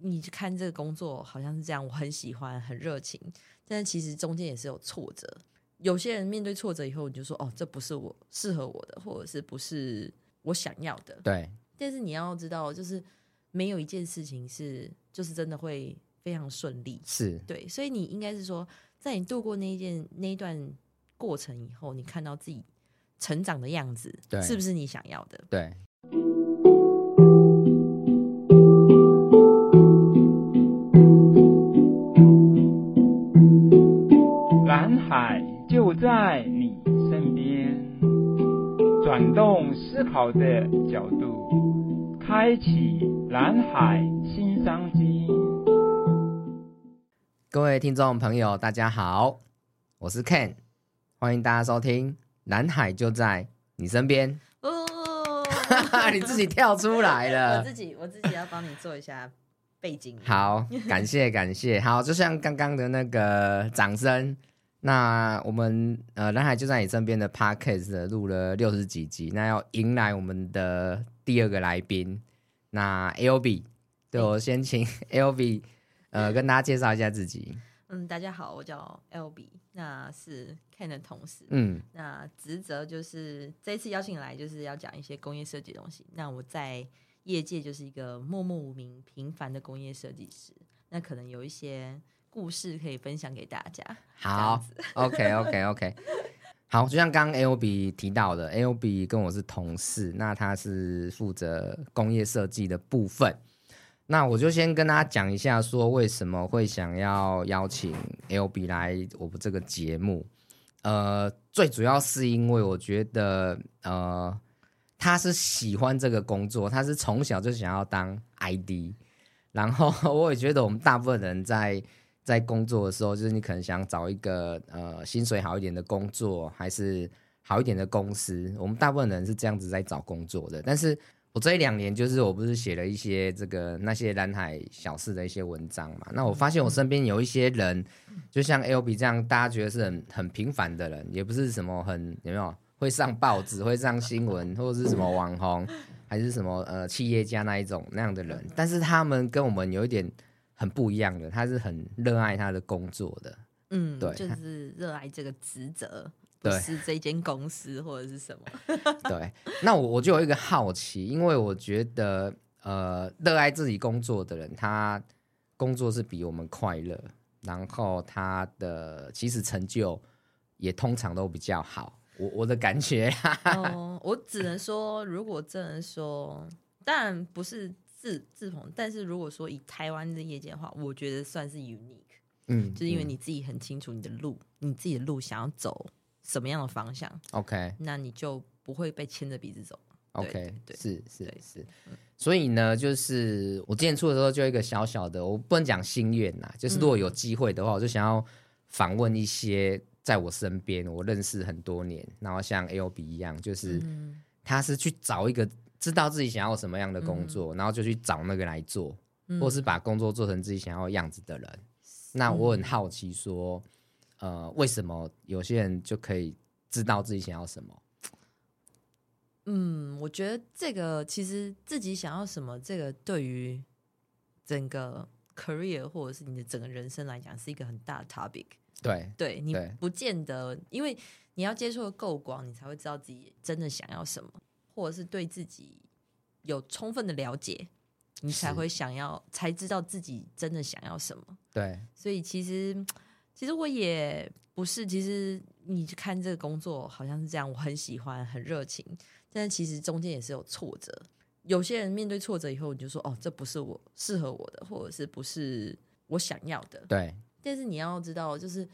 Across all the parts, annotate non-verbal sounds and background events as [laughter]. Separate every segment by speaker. Speaker 1: 你就看这个工作好像是这样，我很喜欢，很热情，但是其实中间也是有挫折。有些人面对挫折以后，你就说哦，这不是我适合我的，或者是不是我想要的。
Speaker 2: 对，
Speaker 1: 但是你要知道，就是没有一件事情是就是真的会非常顺利。
Speaker 2: 是，
Speaker 1: 对，所以你应该是说，在你度过那一件那一段过程以后，你看到自己成长的样子
Speaker 2: 对，
Speaker 1: 是不是你想要的？
Speaker 2: 对，
Speaker 3: 蓝海就在你身边，转动思考的角度，开启蓝海新商机。
Speaker 2: 各位听众朋友，大家好，我是 Ken，欢迎大家收听《蓝海就在你身边，
Speaker 1: 哦，》
Speaker 2: 你自己跳出来
Speaker 1: 我
Speaker 2: 了
Speaker 1: 自。己我自己要帮你做一下背景。，
Speaker 2: 好，感谢感谢。好，就像刚刚的那个掌声，那我们呃《蓝海就在你身边》的 Podcast 录了六十几集，那要迎来我们的第二个来宾，那 L B，对我先请 L B，呃，跟大家介绍一下自己。
Speaker 1: 嗯，大家好，我叫 L B，那是 Ken 的同事。
Speaker 2: 嗯，
Speaker 1: 那职责就是这一次邀请来，就是要讲一些工业设计的东西。那我在业界就是一个默默无名、平凡的工业设计师。那可能有一些故事可以分享给大家。
Speaker 2: 好，OK OK OK，好，就像刚刚 L B 提到的，L B 跟我是同事，那他是负责工业设计的部分。那我就先跟大家讲一下，说为什么会想要邀请 L B 来我们这个节目。呃，最主要是因为我觉得，呃，他是喜欢这个工作，他是从小就想要当 ID。然后 [laughs] 我也觉得我们大部分人在在工作的时候，就是你可能想找一个呃薪水好一点的工作，还是好一点的公司。我们大部分人是这样子在找工作的。但是我这一两年，就是我不是写了一些这个那些蓝海小事的一些文章嘛？那我发现我身边有一些人，就像 L B 这样，大家觉得是很很平凡的人，也不是什么很有没有会上报纸、会上新闻，或者是什么网红，还是什么呃企业家那一种那样的人，但是他们跟我们有一点。很不一样的，他是很热爱他的工作的。
Speaker 1: 嗯，
Speaker 2: 对
Speaker 1: 就是热爱这个职责，不
Speaker 2: 对
Speaker 1: 是这间公司或者是什
Speaker 2: [laughs]
Speaker 1: 么。
Speaker 2: 对，那我我就有一个好奇，因为我觉得呃，热爱自己工作的人，他工作是比我们快乐，然后他的其实成就也通常都比较好。我我的感觉啦，
Speaker 1: 哦，我只能说，如果真的说，当然不是自自捧，但是如果说以台湾的业界的话，我觉得算是 unique。
Speaker 2: 嗯，
Speaker 1: 就是因为
Speaker 2: 嗯
Speaker 1: 你自己很清楚你的路，你自己的路想要走什么样的方向，
Speaker 2: OK
Speaker 1: 那你就不会被牵着鼻子走。对
Speaker 2: OK，
Speaker 1: 对对
Speaker 2: 是是
Speaker 1: 对
Speaker 2: 是，所以呢，就是我之前出的时候就有一个小小的，我不能讲心愿啦，就是如
Speaker 1: 嗯
Speaker 2: 果有机会的话，我就想要访问一些在我身边我认识很多年，然后像 L B 一样，就是
Speaker 1: 嗯
Speaker 2: 他是去找一个知道自己想要什么样的工作，然后就去找那个来做，
Speaker 1: 嗯
Speaker 2: 或是把工作做成自己想要的样子的人。那
Speaker 1: 嗯
Speaker 2: 我很好奇说，呃，为什么有些人就可以知道自己想要什么？
Speaker 1: 嗯，我觉得这个其实自己想要什么，这个对于整个 career 或者是你的整个人生来讲，是一个很大的 topic。
Speaker 2: 对，
Speaker 1: 对你
Speaker 2: 对
Speaker 1: 不见得，因为你要接触的够广，你才会知道自己真的想要什么，或者是对自己有充分的了解，你才
Speaker 2: 是
Speaker 1: 会想要，才知道自己真的想要什么。
Speaker 2: 对，
Speaker 1: 所以其实其实我也不是，其实你去看这个工作好像是这样，我很喜欢，很热情，但是其实中间也是有挫折。有些人面对挫折以后，你就说哦，这不是我适合我的，或者是不是我想要的。
Speaker 2: 对，
Speaker 1: 但是你要知道，就是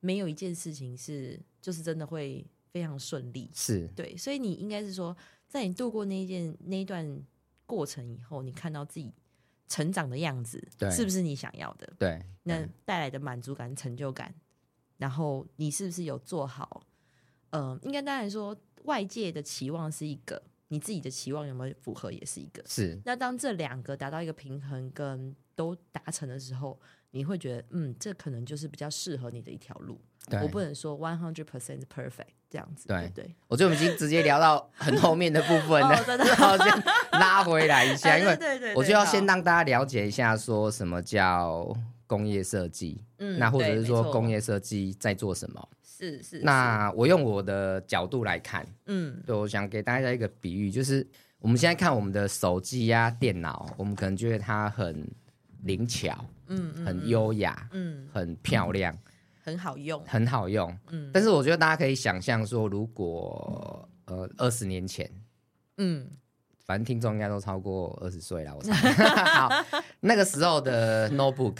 Speaker 1: 没有一件事情是就是真的会非常顺利。
Speaker 2: 是，
Speaker 1: 对，所以你应该是说，在你度过那一件那一段过程以后，你看到自己成长的样子
Speaker 2: 对，
Speaker 1: 是不是你想要的？
Speaker 2: 对，
Speaker 1: 那
Speaker 2: 嗯
Speaker 1: 带来的满足感、成就感，然后呃你是不是有做好？嗯、应该当然说外界的期望是一个，你自己的期望有没有符合，也是一个。
Speaker 2: 是
Speaker 1: 那当这两个达到一个平衡跟都达成的时候，你会觉得，嗯，这可能就是比较适合你的一条路。
Speaker 2: 对。
Speaker 1: 我不能说 one hundred percent perfect 这样子，
Speaker 2: 对
Speaker 1: 对不对？
Speaker 2: 我觉得我们已经直接聊到很后面的部分了，
Speaker 1: [laughs] 哦真的
Speaker 2: 然后先拉回来一下，
Speaker 1: [laughs] 哎
Speaker 2: 因为
Speaker 1: 对对对对
Speaker 2: 我就要先
Speaker 1: 好
Speaker 2: 让大家了解一下，说什么叫工业设计，
Speaker 1: 嗯
Speaker 2: 那或者
Speaker 1: 对
Speaker 2: 是
Speaker 1: 没
Speaker 2: 说
Speaker 1: 错
Speaker 2: 工业设计在做什么。
Speaker 1: 是是
Speaker 2: 那我用我的角度来看，
Speaker 1: 是嗯
Speaker 2: 对我想给大家一个比喻，就是我们现在看我们的手机呀、电脑，我们可能觉得它很灵巧、
Speaker 1: 嗯嗯
Speaker 2: 很优雅、
Speaker 1: 嗯
Speaker 2: 很漂亮、
Speaker 1: 很好用，啊
Speaker 2: 很好用。
Speaker 1: 嗯
Speaker 2: 但是我觉得大家可以想象说，如果呃二十年前。
Speaker 1: 嗯
Speaker 2: 反正听众应该都超过二十岁了，我猜。 [laughs] 好，那个时候的 notebook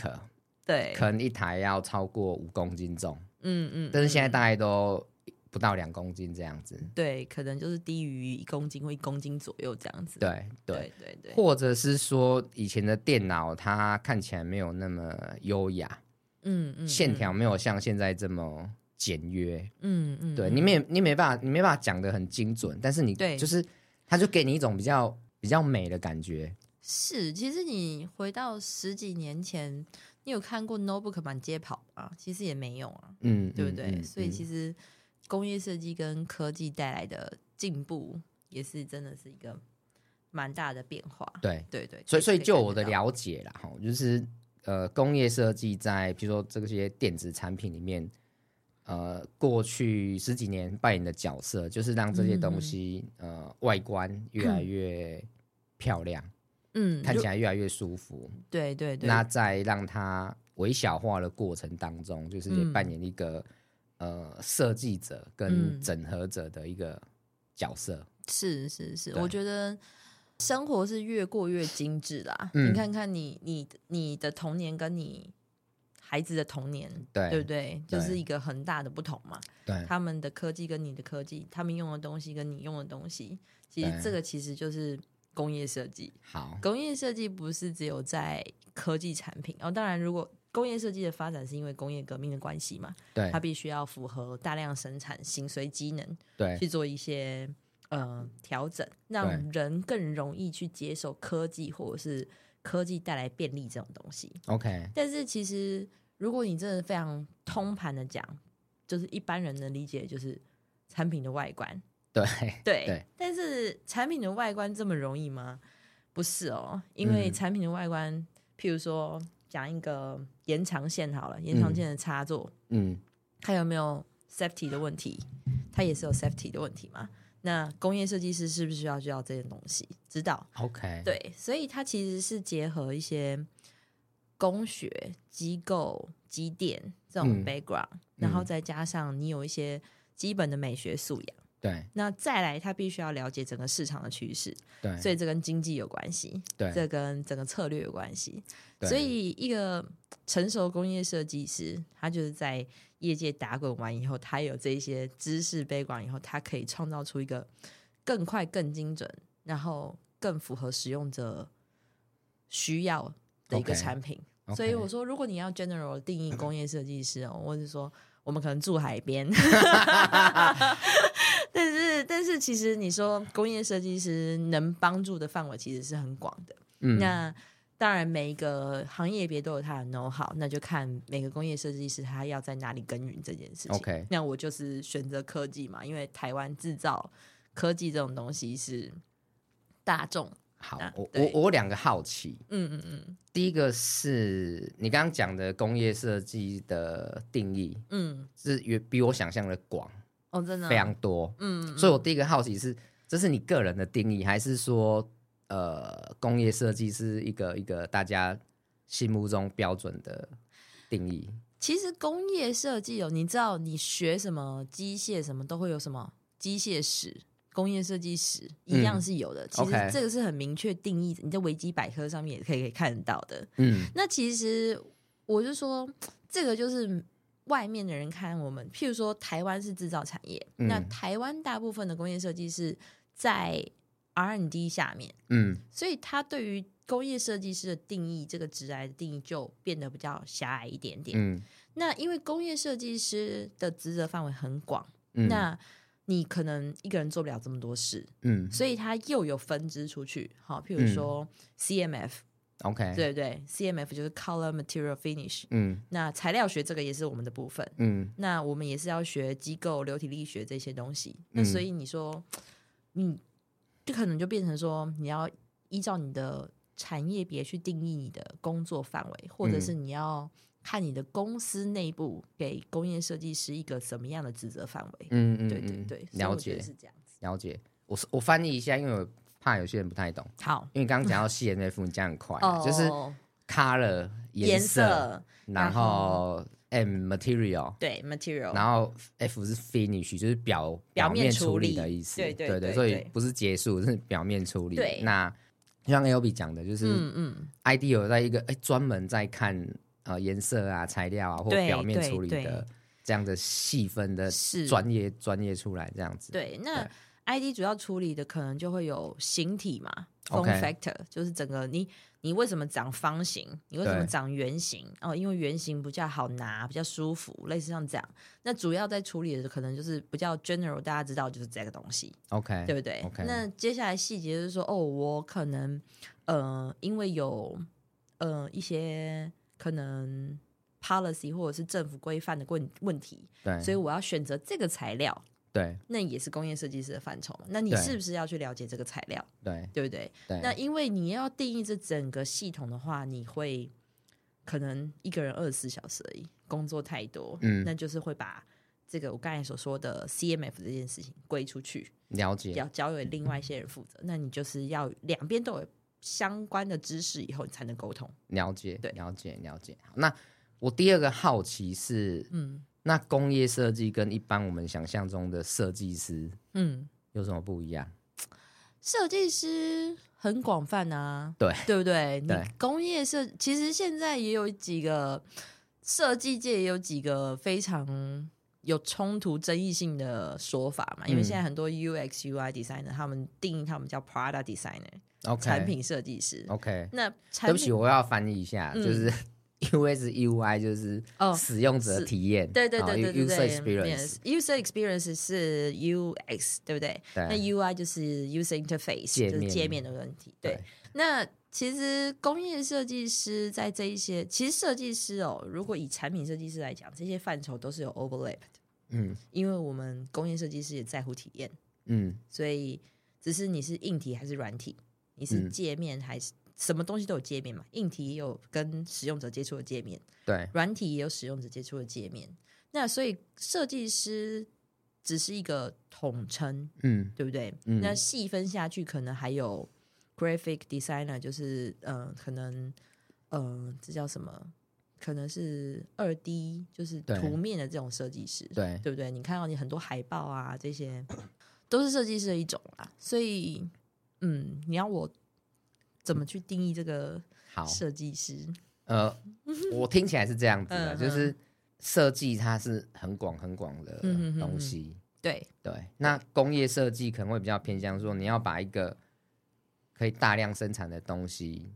Speaker 1: 对，
Speaker 2: 可能一台要超过五公斤重，
Speaker 1: 嗯嗯，
Speaker 2: 但是现在
Speaker 1: 嗯
Speaker 2: 大概都不到两公斤这样子。
Speaker 1: 对，可能就是低于一公斤或一公斤左右这样子。
Speaker 2: 对对，
Speaker 1: 对对对，
Speaker 2: 或者是说以前的电脑它看起来没有那么优雅，
Speaker 1: 嗯嗯，
Speaker 2: 线条没有像现在这么简约。
Speaker 1: 嗯，嗯嗯，
Speaker 2: 对你没你没办法，你没办法讲的很精准，但是你
Speaker 1: 对
Speaker 2: 就是它就给你一种比较比较美的感觉。
Speaker 1: 是，其实你回到十几年前，你有看过 notebook 版街跑吗？其实也没有啊，
Speaker 2: 嗯，
Speaker 1: 对不
Speaker 2: 嗯
Speaker 1: 对？
Speaker 2: 嗯
Speaker 1: 所以
Speaker 2: 嗯
Speaker 1: 其实工业设计跟科技带来的进步，也是真的是一个蛮大的变化。
Speaker 2: 对。
Speaker 1: 对对，
Speaker 2: 所以，所以
Speaker 1: 可
Speaker 2: 就
Speaker 1: 看
Speaker 2: 我
Speaker 1: 得
Speaker 2: 的
Speaker 1: 到，
Speaker 2: 了解啦，哈，就是呃，工业设计在比如说这些电子产品里面，呃，过去十几年扮演的角色，就是让这些东西、呃外观越来越漂亮，
Speaker 1: 嗯，
Speaker 2: 看起
Speaker 1: 来，
Speaker 2: 来越来越舒服。
Speaker 1: 对对对，
Speaker 2: 那在让它微小化的过程当中，就是也
Speaker 1: 嗯
Speaker 2: 扮演一个、呃设计者跟
Speaker 1: 嗯
Speaker 2: 整合者的一个角色。
Speaker 1: 是是是，
Speaker 2: 对
Speaker 1: 我觉得生活是越过越精致啦。
Speaker 2: 嗯
Speaker 1: 你看看你你你的童年跟你孩子的童年，
Speaker 2: 对
Speaker 1: 不对？
Speaker 2: 对
Speaker 1: 就是一个很大的不同嘛。
Speaker 2: 对
Speaker 1: 他们的科技跟你的科技，他们用的东西跟你用的东西，其
Speaker 2: 对
Speaker 1: 实这个其实就是工业设计。
Speaker 2: 好，
Speaker 1: 工业设计不是只有在科技产品哦，当然如果。工业设计的发展是因为工业革命的关系嘛，
Speaker 2: 对
Speaker 1: 它必须要符合大量生产、形随机能，
Speaker 2: 对
Speaker 1: 去做一些呃调整，让人更容易去接受科技或者是科技带来便利这种东西。
Speaker 2: ，OK，
Speaker 1: 但是其实如果你真的非常通盘的讲，就是一般人能理解就是产品的外观，
Speaker 2: 对
Speaker 1: 对，
Speaker 2: 对
Speaker 1: 但是产品的外观这么容易吗？不是哦，因为
Speaker 2: 嗯
Speaker 1: 产品的外观，譬如说讲一个延长线好了，延长
Speaker 2: 嗯
Speaker 1: 线的插座，
Speaker 2: 嗯，
Speaker 1: 它有没有 safety 的问题？它也是有 safety 的问题嘛？那工业设计师是不是要知道这些东西？知道，
Speaker 2: ，OK，
Speaker 1: 对，所以它其实是结合一些工学、机构、机电这种
Speaker 2: 嗯
Speaker 1: background，、然后再加上你有一些基本的美学素养，
Speaker 2: 对
Speaker 1: 那再来他必须要了解整个市场的趋势，
Speaker 2: 对，
Speaker 1: 所以这跟经济有关系，
Speaker 2: 对
Speaker 1: 这跟整个策略有关系。
Speaker 2: 对
Speaker 1: 所以，一个成熟工业设计师，他就是在业界打滚完以后，他有这一些知识背广以后，他可以创造出一个更快、更精准，然后更符合使用者需要的一个
Speaker 2: OK，
Speaker 1: 产品。
Speaker 2: OK
Speaker 1: 所以我说，如果你要 general 定义工业设计师哦，我是说，我们可能住海边， [laughs] 但是但是其实你说工业设计师能帮助的范围其实是很广的。
Speaker 2: 嗯
Speaker 1: 那当然，每一个行业别都有它的 know how，那就看每个工业设计师他要在哪里耕耘这件事情。
Speaker 2: OK
Speaker 1: 那我就是选择科技嘛，因为台湾制造科技这种东西是大众。
Speaker 2: 好
Speaker 1: 啊，
Speaker 2: 我我
Speaker 1: 对
Speaker 2: 我有两个好奇，
Speaker 1: 嗯嗯嗯
Speaker 2: 第一个是你刚刚讲的工业设计的定义
Speaker 1: 嗯，
Speaker 2: 是远比我想象的广
Speaker 1: 哦，真的哦
Speaker 2: 非常多，
Speaker 1: 嗯，
Speaker 2: 所以我第一个好奇是，这是你个人的定义，还是说呃工业设计是一个一个大家心目中标准的定义？
Speaker 1: 其实工业设计哦，你知道你学什么机械什么都会有什么机械史、工业设计史一样是有的。其
Speaker 2: 嗯 OK
Speaker 1: 实这个是很明确定义，你在维基百科上面也可以可以看得到的。
Speaker 2: 嗯
Speaker 1: 那其实我就说，这个就是外面的人看我们，譬如说台湾是制造产业，
Speaker 2: 嗯
Speaker 1: 那台湾大部分的工业设计是在 R&D 下面，
Speaker 2: 嗯
Speaker 1: 所以它对于工业设计师的定义，这个职来的定义就变得比较狭隘一点点。
Speaker 2: 嗯
Speaker 1: 那因为工业设计师的职责范围很广，
Speaker 2: 嗯，
Speaker 1: 那你可能一个人做不了这么多事，
Speaker 2: 嗯
Speaker 1: 所以它又有分支出去，好，譬如说 CMF，、
Speaker 2: ，OK，，
Speaker 1: 对不对？CMF 就是 Color Material Finish，
Speaker 2: 嗯
Speaker 1: 那材料学这个也是我们的部分，
Speaker 2: 嗯
Speaker 1: 那我们也是要学机构、流体力学这些东西。
Speaker 2: 嗯
Speaker 1: 那所以你说，你就可能就变成说，你要依照你的产业别去定义你的工作范围，或
Speaker 2: 嗯
Speaker 1: 者是你要看你的公司内部给工业设计师一个什么样的职责范围。
Speaker 2: 嗯嗯，
Speaker 1: 对对
Speaker 2: 嗯
Speaker 1: 对，所以
Speaker 2: 了
Speaker 1: 我觉得
Speaker 2: 解
Speaker 1: 是这样子。
Speaker 2: 了解。我是我翻译一下，因为我怕有些人不太懂，
Speaker 1: 好，
Speaker 2: 因为刚刚讲到 CMF，你讲很快啊，就是
Speaker 1: 嗯哦
Speaker 2: color
Speaker 1: 颜
Speaker 2: 色，
Speaker 1: 色
Speaker 2: 然
Speaker 1: 然
Speaker 2: 后 M material，
Speaker 1: 对 material，
Speaker 2: 然后 F 是 finish，就是表
Speaker 1: 表面
Speaker 2: 面
Speaker 1: 处
Speaker 2: 理
Speaker 1: 理
Speaker 2: 的意思。
Speaker 1: 对
Speaker 2: 对
Speaker 1: 对对
Speaker 2: 所以
Speaker 1: 对
Speaker 2: 不是结束，是表面处理。
Speaker 1: 对
Speaker 2: 那就像 L B 讲的，就是
Speaker 1: 嗯嗯，
Speaker 2: ID 有在一个哎专门在看呃颜色啊、材料啊或
Speaker 1: 对
Speaker 2: 表面
Speaker 1: 对
Speaker 2: 处理
Speaker 1: 对
Speaker 2: 的这样的细分的
Speaker 1: 是
Speaker 2: 专业专业出来这样子。
Speaker 1: 对，那
Speaker 2: 对
Speaker 1: ID 主要处理的可能就会有形体嘛
Speaker 2: OK
Speaker 1: ，form factor，就是整个你你为什么长方形，你为什么
Speaker 2: 对
Speaker 1: 长圆形？哦，因为圆形比较好拿，比较舒服，类似像这样。那主要在处理的可能就是比较 general，大家知道就是这个东西，
Speaker 2: OK，
Speaker 1: 对不对
Speaker 2: OK
Speaker 1: 那接下来细节就是说，哦，我可能呃，因为有呃一些可能 policy 或者是政府规范的问问题，
Speaker 2: 对，
Speaker 1: 所以我要选择这个材料。
Speaker 2: 对
Speaker 1: 那也是工业设计师的范畴嘛。那你
Speaker 2: 对
Speaker 1: 是不是要去了解这个材料，
Speaker 2: 对
Speaker 1: 对不对？
Speaker 2: 对，
Speaker 1: 那因为你要定义这整个系统的话，你会可能一个人二十四小时而已，工作太多，
Speaker 2: 嗯
Speaker 1: 那就是会把这个我刚才所说的 CMF 这件事情归出去，
Speaker 2: 了解
Speaker 1: 要交给另外一些人负责。那你就是要两边都有相关的知识，以后你才能沟通。
Speaker 2: 了解
Speaker 1: 对
Speaker 2: 了解了解。好，那我第二个好奇是，
Speaker 1: 嗯
Speaker 2: 那工业设计跟一般我们想象中的设计师
Speaker 1: 嗯。
Speaker 2: 有什么不一样？
Speaker 1: 设计师很广泛啊，
Speaker 2: 对
Speaker 1: 对不对？你
Speaker 2: 对
Speaker 1: 工业设其实现在也有几个设计界也有几个非常有冲突、争议性的说法嘛，因为
Speaker 2: 嗯
Speaker 1: 现在很多 UX、UI designer 他们定义他们叫 product designer
Speaker 2: OK，
Speaker 1: 产品设计师。
Speaker 2: OK，
Speaker 1: 那
Speaker 2: 对
Speaker 1: 产
Speaker 2: 不起，
Speaker 1: 品
Speaker 2: 我要翻译一下，
Speaker 1: 嗯
Speaker 2: 就是 [laughs] US UI 就是
Speaker 1: 哦
Speaker 2: 使用者
Speaker 1: 是
Speaker 2: 体验，
Speaker 1: 对对对对对
Speaker 2: 然后
Speaker 1: 对
Speaker 2: user experience，
Speaker 1: yes，user experience 是 UX 对不对？那
Speaker 2: 对
Speaker 1: UI 就是 user interface，
Speaker 2: 哎界
Speaker 1: 就是
Speaker 2: 面
Speaker 1: 界面的问题。对，
Speaker 2: 对
Speaker 1: 那其实工业设计师在这一些，其实设计师哦，如果以产品设计师来讲，这些范畴都是有 overlap 的，
Speaker 2: 嗯
Speaker 1: 因为我们工业设计师也在乎体验，
Speaker 2: 嗯
Speaker 1: 所以只是你是硬体还是软体，你是
Speaker 2: 嗯
Speaker 1: 界面还是、什么东西都有界面嘛，硬体也有跟使用者接触的界面。
Speaker 2: 对
Speaker 1: 软体也有使用者接触的界面。那所以设计师只是一个统称，
Speaker 2: 嗯
Speaker 1: 对不对？
Speaker 2: 嗯
Speaker 1: 那细分下去，可能还有 graphic designer，就是呃，可能呃，这叫什么？可能是二 D，就是
Speaker 2: 对
Speaker 1: 图面的这种设计师，
Speaker 2: 对
Speaker 1: 对不对？你看到你很多海报啊，这些都是设计师的一种啦。所以，嗯，你要我怎么去定义这个
Speaker 2: 好
Speaker 1: 设计师？
Speaker 2: 呃，我听起来是这样子的，
Speaker 1: 嗯嗯
Speaker 2: 就是设计它是很广很广的
Speaker 1: 嗯哼哼
Speaker 2: 东西，
Speaker 1: 对，
Speaker 2: 对，那工业设计可能会比较偏向说你要把一个可以大量生产的东西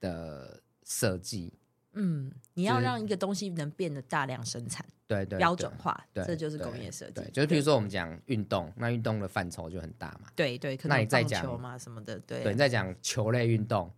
Speaker 2: 的设计，
Speaker 1: 嗯，你要
Speaker 2: 就是
Speaker 1: 让一个东西能变得大量生产、
Speaker 2: 对对
Speaker 1: 标
Speaker 2: 对
Speaker 1: 准化，
Speaker 2: 对，
Speaker 1: 这就是
Speaker 2: 对
Speaker 1: 工业设计
Speaker 2: 对，。就是比如说我们讲运动，那运动的范畴就很大嘛。
Speaker 1: 对对，可
Speaker 2: 那
Speaker 1: 能
Speaker 2: 你
Speaker 1: 有
Speaker 2: 再
Speaker 1: 棒
Speaker 2: 讲
Speaker 1: 球嘛什么的，
Speaker 2: 对，
Speaker 1: 对
Speaker 2: 你再讲球类运动，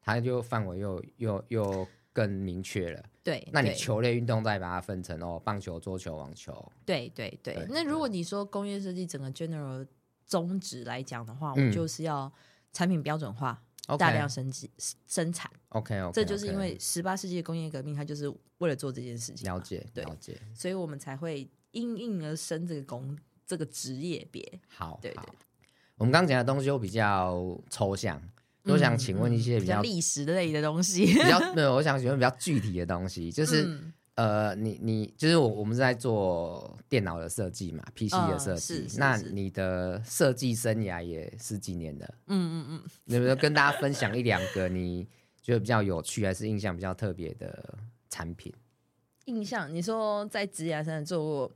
Speaker 2: 它就范围又又又更明确了。
Speaker 1: 对。
Speaker 2: 那你
Speaker 1: 对
Speaker 2: 球类运动再把它分成哦，棒球、桌球、网球。
Speaker 1: 对对
Speaker 2: 对
Speaker 1: 对。那如果你说工业设计整个 general 宗旨来讲的话，
Speaker 2: 嗯
Speaker 1: 我就是要产品标准化、
Speaker 2: OK，
Speaker 1: 大量生产生产，
Speaker 2: OK OK，
Speaker 1: 这就是因为十八世纪的工业革命，它就是为了做这件事情嘛，
Speaker 2: 了解
Speaker 1: 对
Speaker 2: 了解。
Speaker 1: 所以我们才会因应而生这个工这个职业别。
Speaker 2: 好，
Speaker 1: 对对
Speaker 2: 好。我们刚讲的东西都比较抽象，我想请问一些
Speaker 1: 嗯比
Speaker 2: 比较、
Speaker 1: 历史类的东西，
Speaker 2: [laughs] 比较，没有，我想请问比较具体的东西，就是、
Speaker 1: 嗯
Speaker 2: 呃，你你就是我我们是在做电脑的设计嘛，PC 的
Speaker 1: 嗯
Speaker 2: 设计
Speaker 1: 是，是
Speaker 2: 那
Speaker 1: 是
Speaker 2: 你的设计生涯也十几年的， [laughs]
Speaker 1: 嗯嗯嗯。
Speaker 2: 能不能跟大家分享一两个你觉得比较有趣还是印象比较特别的产品？
Speaker 1: 印象，你说在职涯上做过，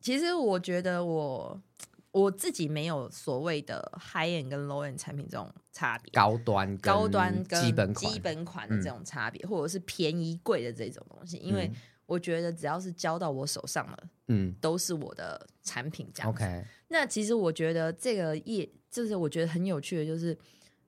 Speaker 1: 其实我觉得我我自己没有所谓的 high end 跟 low end 产品这种差别，
Speaker 2: 高端跟
Speaker 1: 高端跟
Speaker 2: 基本款，嗯
Speaker 1: 基本款的这种差别，或者是便宜贵的这种东西，因为我觉得只要是交到我手上了，
Speaker 2: 嗯
Speaker 1: 都是我的产品这样子。
Speaker 2: ，OK，
Speaker 1: 那其实我觉得这个业，就是我觉得很有趣的，就是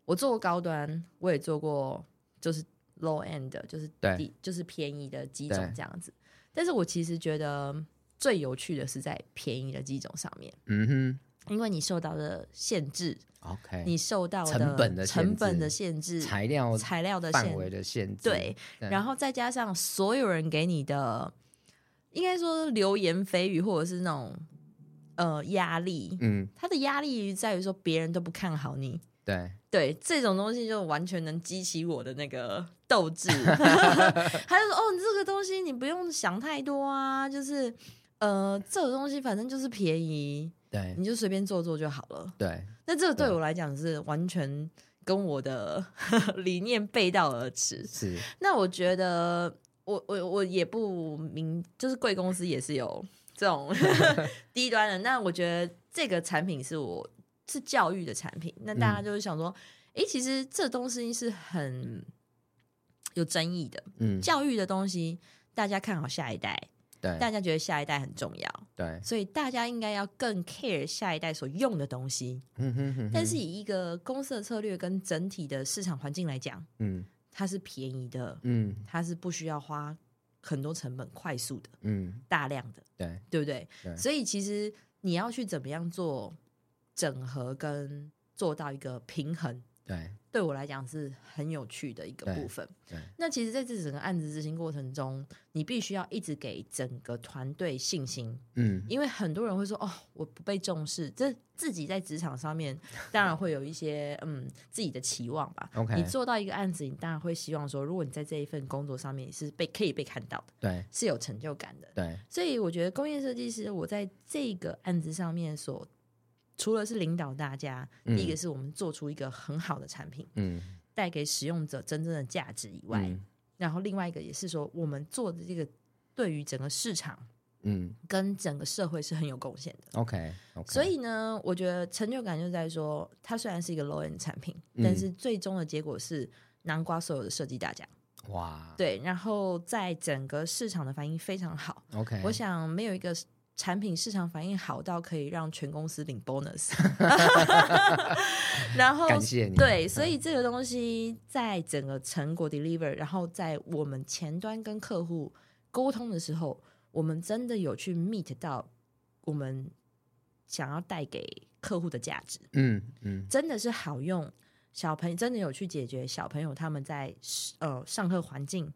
Speaker 1: 我做过高端，我也做过就是 low end 的，就是
Speaker 2: 对
Speaker 1: 低，就是便宜的几种
Speaker 2: 对
Speaker 1: 这样子。但是我其实觉得最有趣的是在便宜的几种上面，
Speaker 2: 嗯
Speaker 1: 因为你受到的限制，
Speaker 2: 哼，OK，
Speaker 1: 你受到的
Speaker 2: 成本的限制
Speaker 1: 成本的限制，
Speaker 2: 材料
Speaker 1: 材料的
Speaker 2: 范围
Speaker 1: 限制，
Speaker 2: 的限制，
Speaker 1: 对，然后再加上所有人给你的，应该说流言蜚语或者是那种呃压力，
Speaker 2: 嗯，
Speaker 1: 他的压力在于说别人都不看好你，
Speaker 2: 对，
Speaker 1: 对这种东西就完全能激起我的那 [laughs] 个斗志。他就说：“哦，你这个东西你不用想太多啊，就是呃，这个东西反正就是便宜，
Speaker 2: 对，
Speaker 1: 你就随便做做就好了。
Speaker 2: 对，”
Speaker 1: 那这个对
Speaker 2: 对
Speaker 1: 我来讲是完全跟我的 [laughs] 理念背道而驰。
Speaker 2: 是，
Speaker 1: 那我觉得我我我也不明，就是贵公司也是有这种 [laughs] 低端的。那我觉得这个产品是我是教育的产品，那大家
Speaker 2: 嗯
Speaker 1: 就会想说，诶，其实这东西是很有争议的，
Speaker 2: 嗯，
Speaker 1: 教育的东西。大家看好下一代，大
Speaker 2: 对，
Speaker 1: 家觉得下一代很重要，
Speaker 2: 对，
Speaker 1: 所以大家应该要更 care 下一代所用的东西。
Speaker 2: 嗯哼哼
Speaker 1: 但
Speaker 2: 哼
Speaker 1: 是以一个公司的策略跟整体的市场环境来讲，
Speaker 2: 嗯
Speaker 1: 它是便宜的，
Speaker 2: 嗯
Speaker 1: 它是不需要花很多成本、快速的、
Speaker 2: 嗯，
Speaker 1: 大量的，
Speaker 2: 对，
Speaker 1: 对不对？
Speaker 2: 对
Speaker 1: 所以其实你要去怎么样做整合跟做到一个平衡，
Speaker 2: 对，
Speaker 1: 对我来讲是很有趣的一个
Speaker 2: 对
Speaker 1: 部分
Speaker 2: 对。
Speaker 1: 那其实在这整个案子执行过程中，你必须要一直给整个团队信心，
Speaker 2: 嗯，
Speaker 1: 因为很多人会说：“哦，我不被重视。”这自己在职场上面当然会有一些嗯自己的期望吧。
Speaker 2: OK
Speaker 1: 你做到一个案子，你当然会希望说，如果你在这一份工作上面你是被可以被看到的，
Speaker 2: 对，
Speaker 1: 是有成就感的。
Speaker 2: 对，
Speaker 1: 所以我觉得工业设计师，我在这个案子上面所除了是领导大家，
Speaker 2: 嗯
Speaker 1: 第一个是我们做出一个很好的产品，
Speaker 2: 嗯，
Speaker 1: 带给使用者真正的价值以外，
Speaker 2: 嗯
Speaker 1: 然后另外一个也是说，我们做的这个对于整个市场
Speaker 2: 嗯
Speaker 1: 跟整个社会是很有贡献的。
Speaker 2: ，OK，OK，
Speaker 1: 所以呢，我觉得成就感就在说，它虽然是一个 low end 产品，
Speaker 2: 嗯
Speaker 1: 但是最终的结果是南瓜所有的设计大奖。
Speaker 2: 哇，
Speaker 1: 对，然后在整个市场的反应非常好，
Speaker 2: ，OK，
Speaker 1: 我想没有一个产品市场反应好到可以让全公司领
Speaker 2: [laughs]
Speaker 1: bonus。然后
Speaker 2: 感谢你，嗯
Speaker 1: 对，所以这个东西在整个成果 deliver，然后在我们前端跟客户沟通的时候，我们真的有去 meet 到我们想要带给客户的价值，
Speaker 2: 嗯嗯
Speaker 1: 真的是好用。小朋友真的有去解决小朋友他们在呃上课环境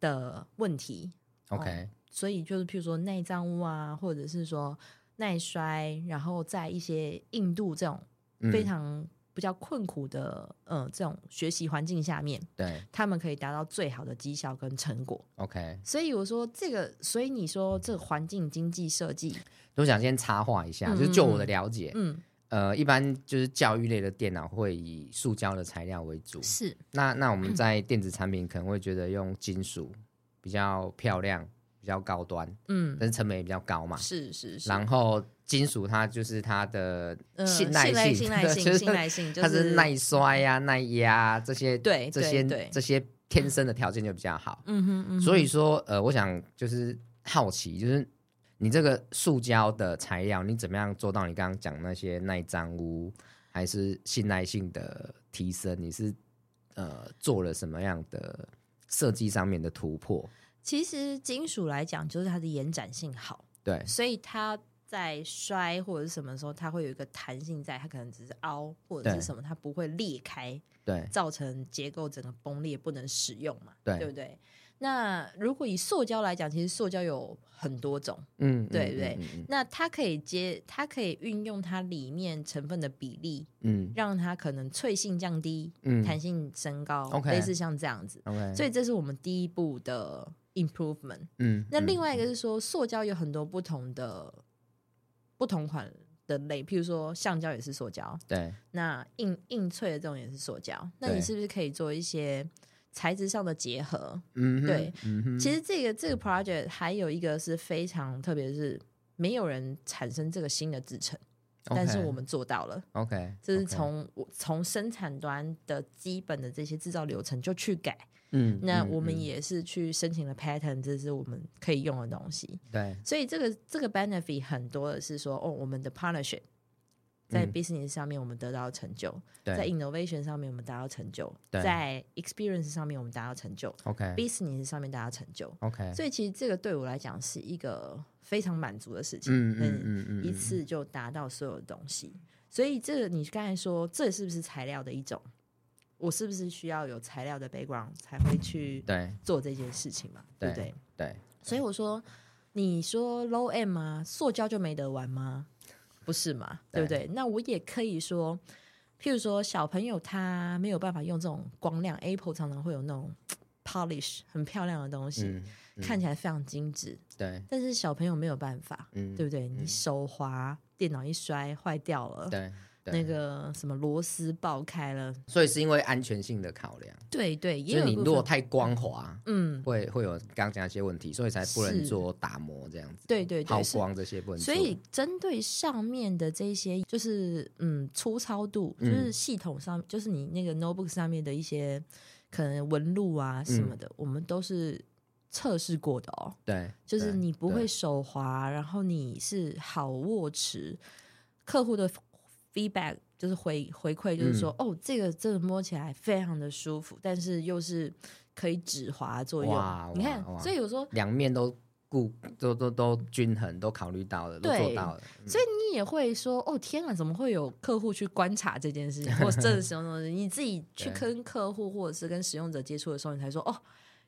Speaker 1: 的问题，
Speaker 2: ，OK，
Speaker 1: 所以就是譬如说耐脏污啊，或者是说耐摔，然后在一些印度这种
Speaker 2: 嗯
Speaker 1: 非常比较困苦的、呃这种学习环境下面，
Speaker 2: 对
Speaker 1: 他们可以达到最好的绩效跟成果。
Speaker 2: ，OK，
Speaker 1: 所以我说这个，所以你说这个环境经济设计，
Speaker 2: 我想先插话一下，
Speaker 1: 嗯
Speaker 2: 就是就我的
Speaker 1: 嗯
Speaker 2: 了解，
Speaker 1: 嗯，
Speaker 2: 呃，一般就是教育类的电脑会以塑胶的材料为主，
Speaker 1: 是
Speaker 2: 那那
Speaker 1: [clears throat]
Speaker 2: 我们在电子产品可能会觉得用金属比较漂亮、比较高端，
Speaker 1: 嗯
Speaker 2: 但是成本也比较高嘛。
Speaker 1: 是是是，
Speaker 2: 然后金属它就是它的
Speaker 1: 呃
Speaker 2: 信
Speaker 1: 信
Speaker 2: 赖
Speaker 1: 赖
Speaker 2: 性， [laughs]
Speaker 1: 信赖
Speaker 2: 就
Speaker 1: 性
Speaker 2: 是
Speaker 1: 信赖性，就
Speaker 2: 它是耐摔呀、耐压啊这些，
Speaker 1: 对
Speaker 2: 这
Speaker 1: 对
Speaker 2: 些
Speaker 1: 对
Speaker 2: 这些天生的条件就比较好。
Speaker 1: 嗯哼嗯哼，
Speaker 2: 所以说，呃，我想就是好奇，就是你这个塑胶的材料，你怎么样做到你刚刚讲那些耐脏污，还是信赖性的提升？你是呃做了什么样的设计上面的突破？
Speaker 1: 其实金属来讲，就是它的延展性好。
Speaker 2: 对，
Speaker 1: 所以它在摔或者是什么时候，它会有一个弹性在，它可能只是凹或者
Speaker 2: 对
Speaker 1: 是什么，它不会裂开，
Speaker 2: 对，
Speaker 1: 造成结构整个崩裂，不能使用嘛，
Speaker 2: 对嗯
Speaker 1: 不对？那如果以塑胶来讲，其实塑胶有很多种，
Speaker 2: 嗯，
Speaker 1: 对
Speaker 2: 嗯
Speaker 1: 对，
Speaker 2: 嗯嗯
Speaker 1: 那它可以接，它可以运用它里面成分的比例，
Speaker 2: 嗯
Speaker 1: 让它可能脆性降低，
Speaker 2: 嗯
Speaker 1: 弹性升高
Speaker 2: OK
Speaker 1: 类似像这样子。
Speaker 2: ，OK，
Speaker 1: 所以这是我们第一步的 improvement。
Speaker 2: 嗯，
Speaker 1: 那另
Speaker 2: 外
Speaker 1: 外一个是说，塑胶有很多不同的不同款的类，譬如说橡胶也是塑胶，
Speaker 2: 对
Speaker 1: 那硬硬脆的这种也是塑胶。那你
Speaker 2: 对
Speaker 1: 是不是可以做一些材质上的结合？
Speaker 2: 嗯哼
Speaker 1: 对
Speaker 2: 嗯哼
Speaker 1: 其实这个这个 project 还有一个是非常特别，是没有人产生这个新的制成，但是
Speaker 2: OK，
Speaker 1: 我们做到了。
Speaker 2: OK，
Speaker 1: 这是
Speaker 2: OK，
Speaker 1: 从我从生产端的基本的这些制造流程就去改，
Speaker 2: 嗯
Speaker 1: 那
Speaker 2: 嗯
Speaker 1: 我们
Speaker 2: 嗯
Speaker 1: 也是去申请了 pattern，这是我们可以用的东西。
Speaker 2: 对，
Speaker 1: 所以这个这个 benefit 很多的是说，哦，我们的 partnership 在
Speaker 2: 嗯
Speaker 1: business 上面我们得到成就，
Speaker 2: 对
Speaker 1: 在 innovation 上面我们达到成就，
Speaker 2: 对
Speaker 1: 在 experience 上面我们达到成就
Speaker 2: OK
Speaker 1: ，business 上面达到成就。
Speaker 2: OK，
Speaker 1: 所以其实这个对我来讲是一个非常满足的事情，
Speaker 2: 嗯嗯嗯嗯，
Speaker 1: 一次就达到所有的东西。所以这个你刚才说，这是不是材料的一种？我是不是需要有材料的 background 才会去
Speaker 2: 对
Speaker 1: 做这件事情嘛？对
Speaker 2: 对
Speaker 1: 不对？
Speaker 2: 对，
Speaker 1: 所以我说，你说 low M 吗？塑胶就没得玩吗？不是嘛？对不对？那我也可以说，譬如说小朋友他没有办法用这种光亮，Apple 常常会有那种 polish 很漂亮的东西，
Speaker 2: 嗯
Speaker 1: 看起来非常精致，
Speaker 2: 对
Speaker 1: 但是小朋友没有办法，
Speaker 2: 嗯
Speaker 1: 对不对？你手滑，电脑一摔坏掉了，
Speaker 2: 对
Speaker 1: 那
Speaker 2: 对，
Speaker 1: 个什么螺丝爆开了，
Speaker 2: 所以是因为安全性的考量，
Speaker 1: 对对，
Speaker 2: 就
Speaker 1: 也
Speaker 2: 是
Speaker 1: 有
Speaker 2: 你
Speaker 1: 一部
Speaker 2: 如果
Speaker 1: 分
Speaker 2: 太光滑，
Speaker 1: 嗯，
Speaker 2: 会会有刚刚讲的一些问题，所以才不能
Speaker 1: 是
Speaker 2: 做打磨这样子，
Speaker 1: 对对对
Speaker 2: 抛
Speaker 1: 是
Speaker 2: 光这些不能
Speaker 1: 所
Speaker 2: 做，
Speaker 1: 以针对上面的这些，就是嗯粗糙度，
Speaker 2: 嗯
Speaker 1: 就是系统上，就是你那个 notebook 上面的一些可能纹路啊什
Speaker 2: 嗯
Speaker 1: 么的，我们都是测试过的哦。
Speaker 2: 对，
Speaker 1: 就是
Speaker 2: 对
Speaker 1: 你不会
Speaker 2: 对
Speaker 1: 手滑，然后你是好握持，客户的 feedback 就是回回馈，
Speaker 2: 嗯
Speaker 1: 就是说、哦，这个真的摸起来非常的舒服，但是又是可以止滑作用
Speaker 2: 哇。
Speaker 1: 你看
Speaker 2: 哇，哇
Speaker 1: 所以有时候
Speaker 2: 两面都顾都都都均衡，都考虑到了，都做
Speaker 1: 对
Speaker 2: 到了，
Speaker 1: 所以你也会说，哦天啊，怎么会有客户去观察这件事情，或者这什么什么的？你自己去
Speaker 2: 对
Speaker 1: 跟客户或者是跟使用者接触的时候，你才说，哦，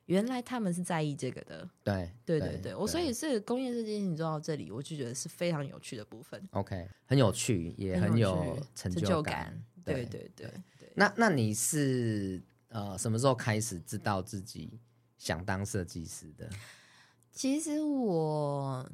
Speaker 1: 原来他们是在意这个的。
Speaker 2: 对
Speaker 1: 对对对，我所以这个工业设计你做到这里，我就觉得是非常有趣的部分，
Speaker 2: OK 很有趣，也
Speaker 1: 很
Speaker 2: 很有
Speaker 1: 趣
Speaker 2: 成
Speaker 1: 就
Speaker 2: 感。。
Speaker 1: 对
Speaker 2: 对
Speaker 1: 对对对，
Speaker 2: 那那你是呃什么时候开始知道自己想当设计师的？
Speaker 1: 其实我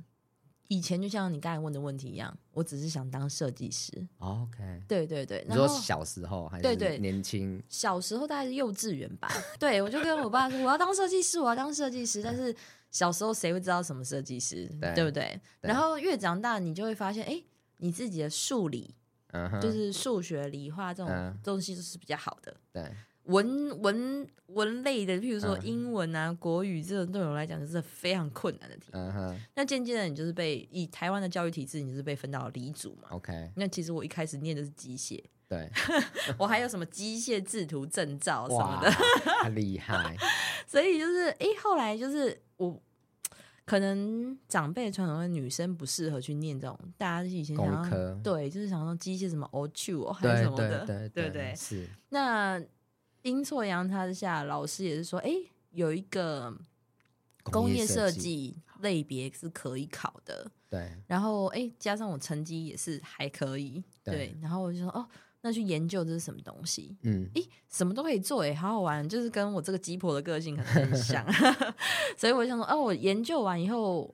Speaker 1: 以前就像你刚才问的问题一样，我只是想当设计师。
Speaker 2: OK，
Speaker 1: 对对对，
Speaker 2: 你
Speaker 1: 然
Speaker 2: 说
Speaker 1: 后。
Speaker 2: 小时候还
Speaker 1: 对
Speaker 2: 是
Speaker 1: 对
Speaker 2: 年轻？
Speaker 1: 小时候大概是幼稚园吧，对我就跟我爸说我要当设计师，我要当设计师。但是小时候谁会知道什么设计师，
Speaker 2: 对
Speaker 1: 不对？
Speaker 2: 对
Speaker 1: 然后越长大，你就会发现，哎，你自己的数理
Speaker 2: 嗯哼，
Speaker 1: 就是数学、理化这种
Speaker 2: 嗯
Speaker 1: 东西就是比较好的。
Speaker 2: 对
Speaker 1: 文文文类的，譬如说
Speaker 2: 嗯
Speaker 1: 英文啊、国语这种，对我来讲就是非常困难的题。
Speaker 2: 嗯哼
Speaker 1: 那渐渐的，你就是被以台湾的教育体制，你就是被分到理组嘛。
Speaker 2: ，OK，
Speaker 1: 那其实我一开始念的是机械， [laughs]
Speaker 2: 对，
Speaker 1: 我还有什么机械制图证照什么
Speaker 2: 哇
Speaker 1: 的，，
Speaker 2: 厉
Speaker 1: [laughs]
Speaker 2: 害，
Speaker 1: 所以就是，诶，后来就是我可能长辈传统的女生不适合去念这种，大家以前想
Speaker 2: 工
Speaker 1: 要
Speaker 2: 科，
Speaker 1: 对，就是想说机械什么 O 哦还是
Speaker 2: 对
Speaker 1: 什么的，
Speaker 2: 对对
Speaker 1: 对不
Speaker 2: 对，是，
Speaker 1: 那阴错阳差之下，老师也是说，诶，有一个工业设，计类别是可以考的，
Speaker 2: 对
Speaker 1: 然后诶，加上我成绩也是还可以，
Speaker 2: 对
Speaker 1: 对，然后我就说，哦，那去研究这是什么东西，
Speaker 2: 嗯，
Speaker 1: 咦，什么都可以做诶，欸好好玩，就是跟我这个鸡婆的个性可能很
Speaker 2: [laughs]
Speaker 1: 像， [laughs] 所以我想说，哦，我研究完以后，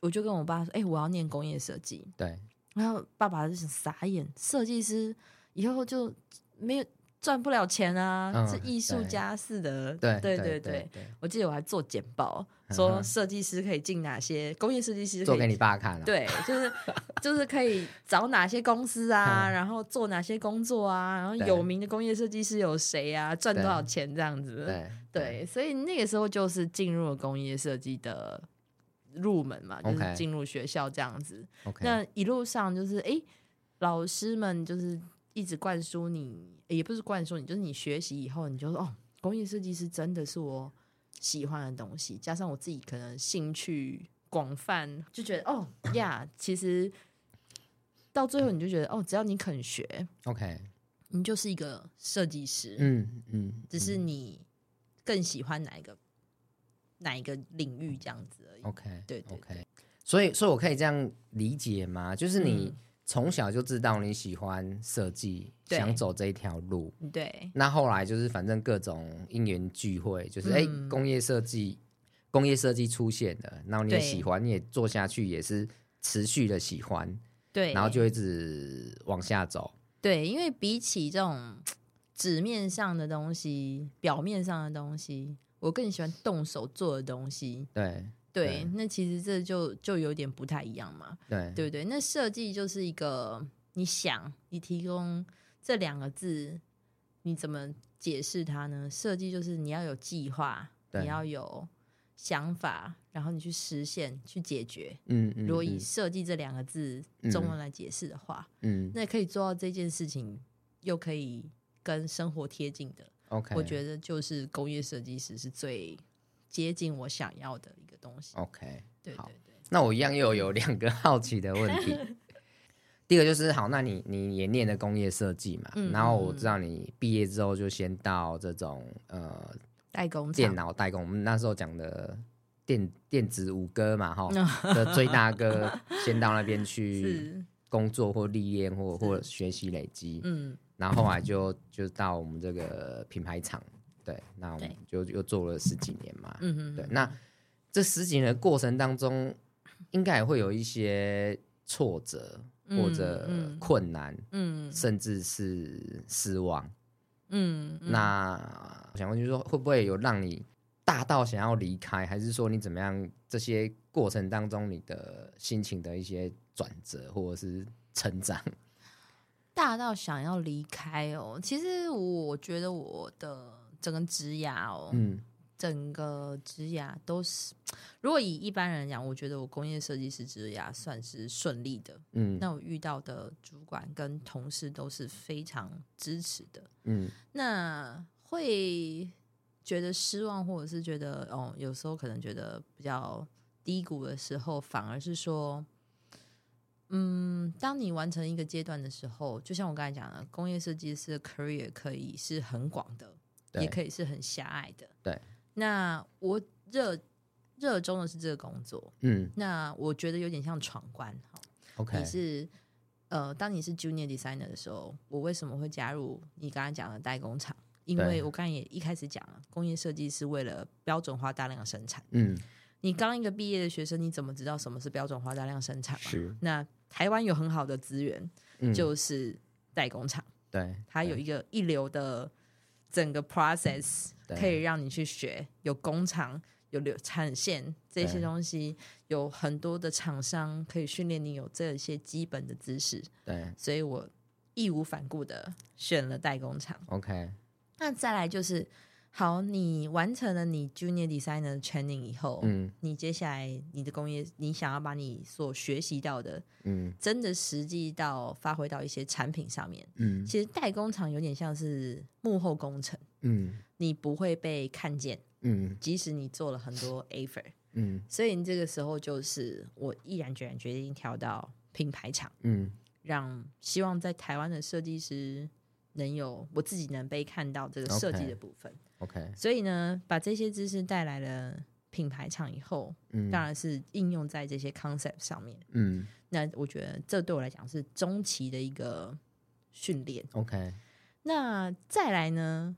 Speaker 1: 我就跟我爸说，哎、我要念工业设计，
Speaker 2: 对
Speaker 1: 然后爸爸就想傻眼，设计师以后就没有赚不了钱啊，
Speaker 2: 嗯
Speaker 1: 是艺术家似的，
Speaker 2: 对
Speaker 1: 对
Speaker 2: 对
Speaker 1: 对。
Speaker 2: 对，
Speaker 1: 我记得我还做简报，
Speaker 2: 嗯哼
Speaker 1: 说设计师可以进哪些工业设计师可以
Speaker 2: 做给你爸看了，
Speaker 1: 对，就是就是可以找哪些公司啊，
Speaker 2: 嗯
Speaker 1: 然后做哪些工作啊，然后
Speaker 2: 对
Speaker 1: 有名的工业设计师有谁啊，赚多少钱这样子。
Speaker 2: 对
Speaker 1: 对，所以那个时候就是进入了工业设计的入门嘛，就
Speaker 2: OK
Speaker 1: 是进入学校这样子。
Speaker 2: ，OK，
Speaker 1: 那一路上就是诶，老师们就是一直灌输你，也不是灌输你，就是你学习以后，你就说哦，工业设计师真的是我喜欢的东西，加上我自己可能兴趣广泛，就觉得哦呀，其实到最后你就觉得哦，只要你肯学，
Speaker 2: OK，
Speaker 1: 你就是一个设计师，
Speaker 2: 嗯嗯，
Speaker 1: 只是你更喜欢哪一个哪一个领域这样子而已。
Speaker 2: OK，
Speaker 1: 对对
Speaker 2: OK，所以所以我可以这样理解吗？就是你
Speaker 1: 嗯
Speaker 2: 从小就知道你喜欢设计，
Speaker 1: 对
Speaker 2: 想走这一条路。
Speaker 1: 对，
Speaker 2: 那后来就是反正各种因缘聚会，就是哎、
Speaker 1: 嗯
Speaker 2: 工业设计，工业设计出现了，然后你也
Speaker 1: 对
Speaker 2: 喜欢，你也做下去，也是持续的喜欢，
Speaker 1: 对，
Speaker 2: 然后就一直往下走。
Speaker 1: 对，因为比起这种纸面上的东西、表面上的东西，我更喜欢动手做的东西。
Speaker 2: 对
Speaker 1: 对，
Speaker 2: 对
Speaker 1: 那其实这就就有点不太一样嘛，
Speaker 2: 对
Speaker 1: 对不对？那设计就是一个你想，你提供这两个字，你怎么解释它呢？设计就是你要有计划，
Speaker 2: 对
Speaker 1: 你要有想法，然后你去实现、去解决。
Speaker 2: 嗯嗯，
Speaker 1: 如果以
Speaker 2: 嗯
Speaker 1: 设计这两个字
Speaker 2: 嗯
Speaker 1: 中文来解释的话，
Speaker 2: 嗯
Speaker 1: 那可以做到这件事情，又可以跟生活贴近的，
Speaker 2: ，OK，
Speaker 1: 我觉得就是工业设计师是最接近我想要的一个东西。
Speaker 2: OK。
Speaker 1: 对
Speaker 2: 哦好
Speaker 1: 对对。
Speaker 2: 那我一样又有两个 [laughs] 好奇的问
Speaker 1: [laughs]
Speaker 2: 题。第一个就是，好，那你你也念的工业设计嘛，
Speaker 1: 嗯
Speaker 2: 然后我
Speaker 1: 嗯嗯
Speaker 2: 知道你毕业之后就先到这种呃
Speaker 1: 代工
Speaker 2: 电
Speaker 1: 厂，
Speaker 2: 脑代工，我们那时候讲的电电子五哥嘛，
Speaker 1: [laughs]
Speaker 2: 哈的最大哥先到那边去
Speaker 1: 是
Speaker 2: 工作或历练或
Speaker 1: 是
Speaker 2: 或学习累积，
Speaker 1: 嗯，
Speaker 2: 然后后来就就到我们这个品牌厂，对，那我们
Speaker 1: 对
Speaker 2: 就又做了十几年嘛，
Speaker 1: 嗯嗯，
Speaker 2: 对，那这十几年的过程当中，应该也会有一些挫折
Speaker 1: 嗯
Speaker 2: 或者
Speaker 1: 嗯
Speaker 2: 困难，
Speaker 1: 嗯
Speaker 2: 甚至是失望。
Speaker 1: 嗯，嗯
Speaker 2: 那我想问，就是说会不会有让你大到想要离开，还是说你怎么样？这些过程当中，你的心情的一些转折或者是成长？
Speaker 1: 大到想要离开哦。其实我觉得我的整个职涯哦，
Speaker 2: 嗯
Speaker 1: 整个职涯都是，如果以一般人讲，我觉得我工业设计师职涯算是顺利的。
Speaker 2: 嗯
Speaker 1: 那我遇到的主管跟同事都是非常支持的，
Speaker 2: 嗯
Speaker 1: 那会觉得失望，或者是觉得哦，有时候可能觉得比较低谷的时候，反而是说，嗯，当你完成一个阶段的时候，就像我刚才讲的，工业设计师的 career 可以是很广的，
Speaker 2: 对
Speaker 1: 也可以是很狭隘的。
Speaker 2: 对，
Speaker 1: 那我热热衷的是这个工作，
Speaker 2: 嗯
Speaker 1: 那我觉得有点像闯关哈。
Speaker 2: ，OK，
Speaker 1: 你是呃，当你是 junior designer 的时候，我为什么会加入你刚刚讲的代工厂？因
Speaker 2: 对
Speaker 1: 为我刚才也一开始讲了，工业设计是为了标准化大量生产。
Speaker 2: 嗯
Speaker 1: 你刚一个毕业的学生，你怎么知道什么是标准化大量生产嘛？
Speaker 2: 是
Speaker 1: 那台湾有很好的资源，
Speaker 2: 嗯
Speaker 1: 就是代工厂，
Speaker 2: 对，
Speaker 1: 它有
Speaker 2: 对
Speaker 1: 一个一流的整个 process，
Speaker 2: 对
Speaker 1: 可以让你去学，有工厂。有流产线这些
Speaker 2: 对
Speaker 1: 东西，有很多的厂商可以训练你有这些基本的知识。
Speaker 2: 对
Speaker 1: 所以我义无反顾的选了代工厂。
Speaker 2: OK，
Speaker 1: 那再来就是，好，你完成了你 junior designer training 以后，
Speaker 2: 嗯
Speaker 1: 你接下来你的工业，你想要把你所学习到的，
Speaker 2: 嗯
Speaker 1: 真的实际到发挥到一些产品上面。
Speaker 2: 嗯
Speaker 1: 其实代工厂有点像是幕后工程，
Speaker 2: 嗯
Speaker 1: 你不会被看见，
Speaker 2: 嗯
Speaker 1: 即使你做了很多 a f e r
Speaker 2: 嗯
Speaker 1: 所以你这个时候就是我毅然决然决定跳到品牌厂。
Speaker 2: 嗯
Speaker 1: 让希望在台湾的设计师能有我自己能被看到这个设计
Speaker 2: OK
Speaker 1: 的部分。
Speaker 2: ，OK，
Speaker 1: 所以呢，把这些知识带来了品牌厂以后，
Speaker 2: 嗯
Speaker 1: 当然是应用在这些 concept 上面。
Speaker 2: 嗯
Speaker 1: 那我觉得这对我来讲是中期的一个训练。
Speaker 2: ，OK，
Speaker 1: 那再来呢？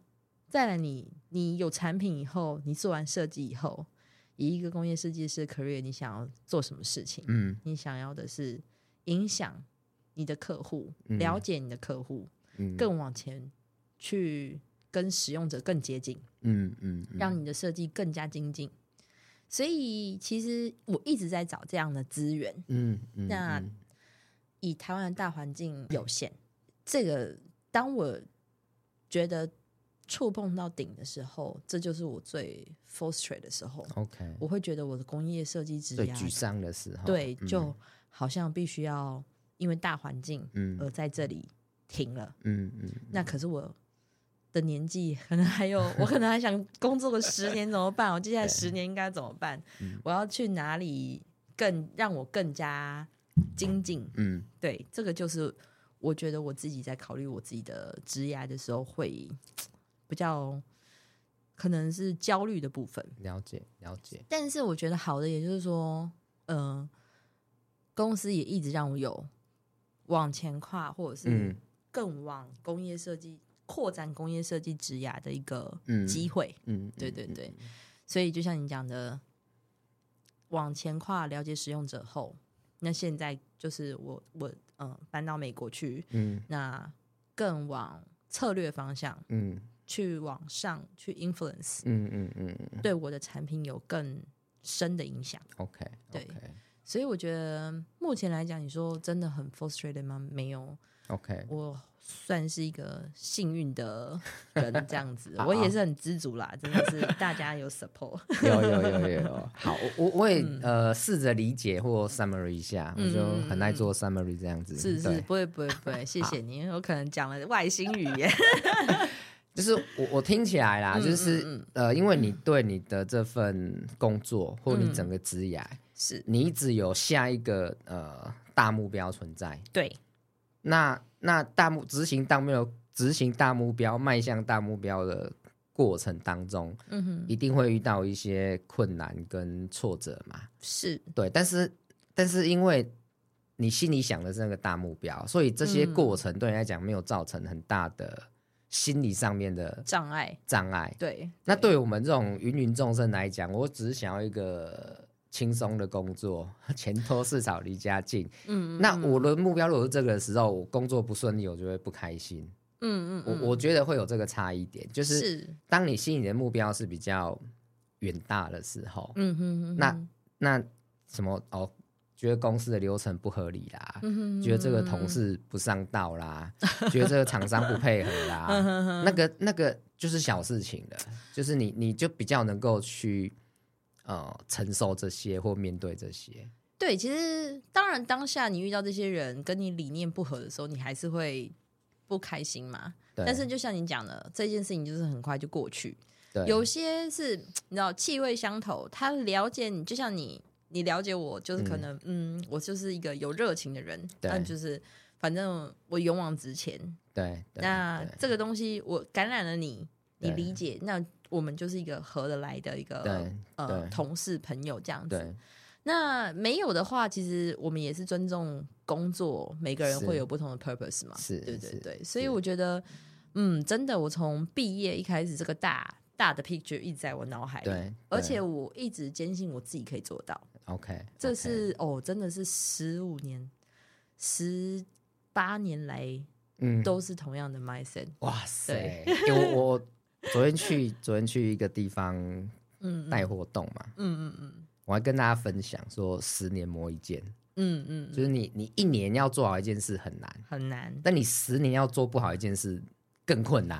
Speaker 1: 再来你，你有产品以后，你做完设计以后，以一个工业设计师的 career，你想要做什么事情？
Speaker 2: 嗯
Speaker 1: 你想要的是影响你的客户，
Speaker 2: 嗯
Speaker 1: 了解你的客户，
Speaker 2: 嗯，
Speaker 1: 更往前去跟使用者更接近，
Speaker 2: 嗯嗯，嗯
Speaker 1: 让你的设计更加精进。所以其实我一直在找这样的资源，
Speaker 2: 嗯嗯
Speaker 1: 那
Speaker 2: 嗯
Speaker 1: 以台湾的大环境有限，这个当我觉得触碰到顶的时候，这就是我最 frustrated 的时候，
Speaker 2: OK
Speaker 1: 我会觉得我的工业设计职
Speaker 2: 哦最
Speaker 1: 涯
Speaker 2: 沮丧的时候，
Speaker 1: 对，
Speaker 2: 嗯
Speaker 1: 就好像必须要因为大环境
Speaker 2: 嗯
Speaker 1: 而在这里停了。
Speaker 2: 嗯嗯
Speaker 1: 那可是我的年纪，可能还有，我可能还想工作个十年怎么办？我接下来十年应该怎么办？
Speaker 2: 嗯
Speaker 1: 我要去哪里更让我更加精进？
Speaker 2: 嗯
Speaker 1: 对，这个就是我觉得我自己在考虑我自己的职涯的时候会比较可能是焦虑的部分。
Speaker 2: 了解了解，
Speaker 1: 但是我觉得好的，也就是说，嗯、公司也一直让我有往前跨，或者是
Speaker 2: 嗯
Speaker 1: 更往工业设计、扩展工业设计职涯的一个
Speaker 2: 嗯
Speaker 1: 机会。
Speaker 2: 嗯
Speaker 1: 对
Speaker 2: 嗯
Speaker 1: 对
Speaker 2: 嗯
Speaker 1: 对，所以就像你讲的，往前跨，了解使用者后，那现在就是我我嗯、搬到美国去，
Speaker 2: 嗯
Speaker 1: 那更往策略方向
Speaker 2: 嗯
Speaker 1: 去往上去 influence，
Speaker 2: 嗯嗯嗯嗯
Speaker 1: 对我的产品有更深的影响。
Speaker 2: ，OK
Speaker 1: 对
Speaker 2: OK
Speaker 1: 所以我觉得目前来讲，你说真的很 frustrated 吗？没有，
Speaker 2: OK，
Speaker 1: 我算是一个幸运的人，这样
Speaker 2: [laughs] 啊
Speaker 1: 子，我也是很知足啦，真的是大家有 support。
Speaker 2: 有有有有有， [laughs] 好，我我我也、呃试着理解或 summary 一下，我就很爱做 summary 这样子，
Speaker 1: 是是，
Speaker 2: 对
Speaker 1: 不会不会不会，谢谢你，我可能讲了外星语言。
Speaker 2: 就是我我听起来啦，
Speaker 1: 嗯
Speaker 2: 就是、
Speaker 1: 嗯嗯
Speaker 2: 呃，因为你对你的这份工作或你整个职涯，
Speaker 1: 是
Speaker 2: 你一直有下一个呃大目标存在，
Speaker 1: 对，
Speaker 2: 那那大目执行大目标执行大目标迈向大目标的过程当中，
Speaker 1: 嗯哼，
Speaker 2: 一定会遇到一些困难跟挫折嘛。
Speaker 1: 是
Speaker 2: 对，但是但是因为你心里想的是那个大目标，所以这些
Speaker 1: 嗯
Speaker 2: 过程对你来讲没有造成很大的心理上面的
Speaker 1: 障碍，
Speaker 2: 障碍。
Speaker 1: 对，
Speaker 2: 那对我们这种芸芸众生来讲，我只是想要一个轻松的工作，钱多事少离家近。
Speaker 1: 嗯，嗯
Speaker 2: 那
Speaker 1: 嗯
Speaker 2: 我的目标如果是这个时候，我工作不顺利，我就会不开心。
Speaker 1: 嗯嗯，嗯
Speaker 2: 我我觉得会有这个差异点，就是
Speaker 1: 是，
Speaker 2: 当你心里的目标是比较远大的时候，
Speaker 1: 嗯哼哼，
Speaker 2: 那那什么哦，觉得公司的流程不合理啦，
Speaker 1: 嗯
Speaker 2: 觉得这个同，事不上道啦， [laughs] 觉得这个厂商不配合
Speaker 1: 嗯
Speaker 2: 啦，
Speaker 1: 哼哼
Speaker 2: 那个那个就是小事情了，就是你你就比较能够去呃承受这些或面对这些，
Speaker 1: 对，其实当然当下你遇到这些人跟你理念不合的时候，你还是会不开心嘛。
Speaker 2: 对，
Speaker 1: 但是就像你讲的，这件事情就是很快就过去。
Speaker 2: 对
Speaker 1: 有些是你知道气味相投，他了解你，就像你，你了解我，就是可能嗯我就是一个有热情的人，
Speaker 2: 对
Speaker 1: 但就是反正我勇往直前。
Speaker 2: 对对
Speaker 1: 那
Speaker 2: 对
Speaker 1: 这个东西我感染了你，你
Speaker 2: 对
Speaker 1: 理解，那我们就是一个合得来的一个
Speaker 2: 对
Speaker 1: 呃
Speaker 2: 对
Speaker 1: 同事朋友这样子。
Speaker 2: 对
Speaker 1: 那没有的话，其实我们也是尊重工作，每个人
Speaker 2: 是
Speaker 1: 会有不同的 purpose 嘛。
Speaker 2: 是
Speaker 1: 对对
Speaker 2: 是
Speaker 1: 对，所以我觉得，嗯，真的，我从毕业一开始，这个大大的 picture 一直在我脑海里，
Speaker 2: 对，
Speaker 1: 而且我一直坚信我自己可以做到。
Speaker 2: OK，
Speaker 1: 这是哦，真的是十五年、十八年来
Speaker 2: 嗯
Speaker 1: 都是同样的 mindset。
Speaker 2: 哇塞，因为我我昨天去昨天去一个地方
Speaker 1: 嗯
Speaker 2: 带活动嘛。
Speaker 1: 嗯嗯嗯
Speaker 2: 我还跟大家分享说，十年磨一剑，
Speaker 1: 嗯嗯
Speaker 2: 就
Speaker 1: 嗯，
Speaker 2: 是你你一年要做好一件事很难，
Speaker 1: 很难。
Speaker 2: 但你十年要做不好一件事更
Speaker 1: [laughs]
Speaker 2: 困难。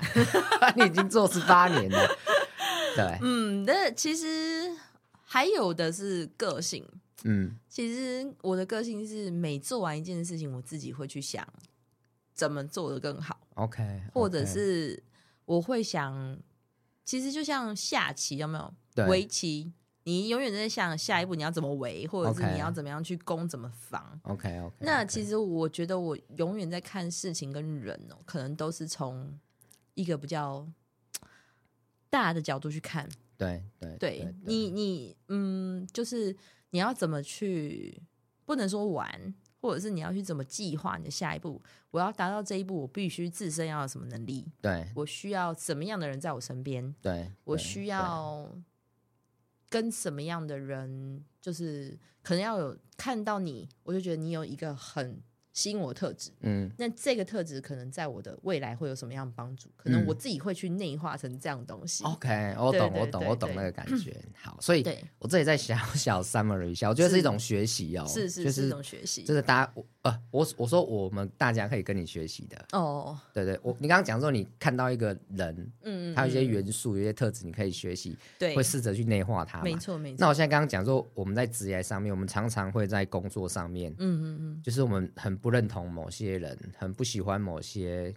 Speaker 2: 你已经做十八年了，对，
Speaker 1: 嗯，但其实还有的是个性。
Speaker 2: 嗯，
Speaker 1: 其实我的个性是，每做完一件事情，我自己会去想怎么做得更好，
Speaker 2: OK，,
Speaker 1: 或者是我会想，其实就像下棋，有没有？
Speaker 2: 对
Speaker 1: 围棋，你永远在想下一步你要怎么围，或者是
Speaker 2: OK
Speaker 1: 你要怎么样去攻，怎么防。
Speaker 2: OK OK，
Speaker 1: 那其实我觉得，我永远在看事情跟人哦，可能都是从一个比较大的角度去看。
Speaker 2: 对对
Speaker 1: 对你，你嗯，就是你要怎么去，不能说玩，或者是你要去怎么计划你的下一步。我要达到这一步，我必须自身要有什么能力，
Speaker 2: 对
Speaker 1: 我需要什么样的人在我身边，
Speaker 2: 对，
Speaker 1: 我
Speaker 2: 对
Speaker 1: 需要跟什么样的人，就是可能要有看到你，我就觉得你有一个很吸引我的特质。
Speaker 2: 对嗯
Speaker 1: 那这个特质可能在我的未来会有什么样的帮助？可能
Speaker 2: 嗯哦
Speaker 1: 我自己会去内化成这样的东西。
Speaker 2: OK，我
Speaker 1: 对
Speaker 2: 懂
Speaker 1: 对
Speaker 2: 我懂
Speaker 1: 对
Speaker 2: 我懂
Speaker 1: 对嗯
Speaker 2: 那个感觉。好，所以
Speaker 1: 对，
Speaker 2: 我这里再小小 summary 一下，我觉得是一种学习哦，
Speaker 1: 是是
Speaker 2: 就是
Speaker 1: 一
Speaker 2: 是
Speaker 1: 种学习，
Speaker 2: 就是大家我呃我我说我们大家可以跟你学习的，
Speaker 1: 哦，
Speaker 2: 对对，我你刚刚讲说你看到一个人，
Speaker 1: 嗯，
Speaker 2: 他有一些
Speaker 1: 嗯
Speaker 2: 元素、有一些特质，你可以学习，
Speaker 1: 对
Speaker 2: 会，试着去内化它嘛
Speaker 1: 没。错没错，
Speaker 2: 那我现在刚刚讲说，我们在职业上面，我们常常会在工作上面，
Speaker 1: 嗯嗯
Speaker 2: 就是我们很不认同某些人，很不喜欢某些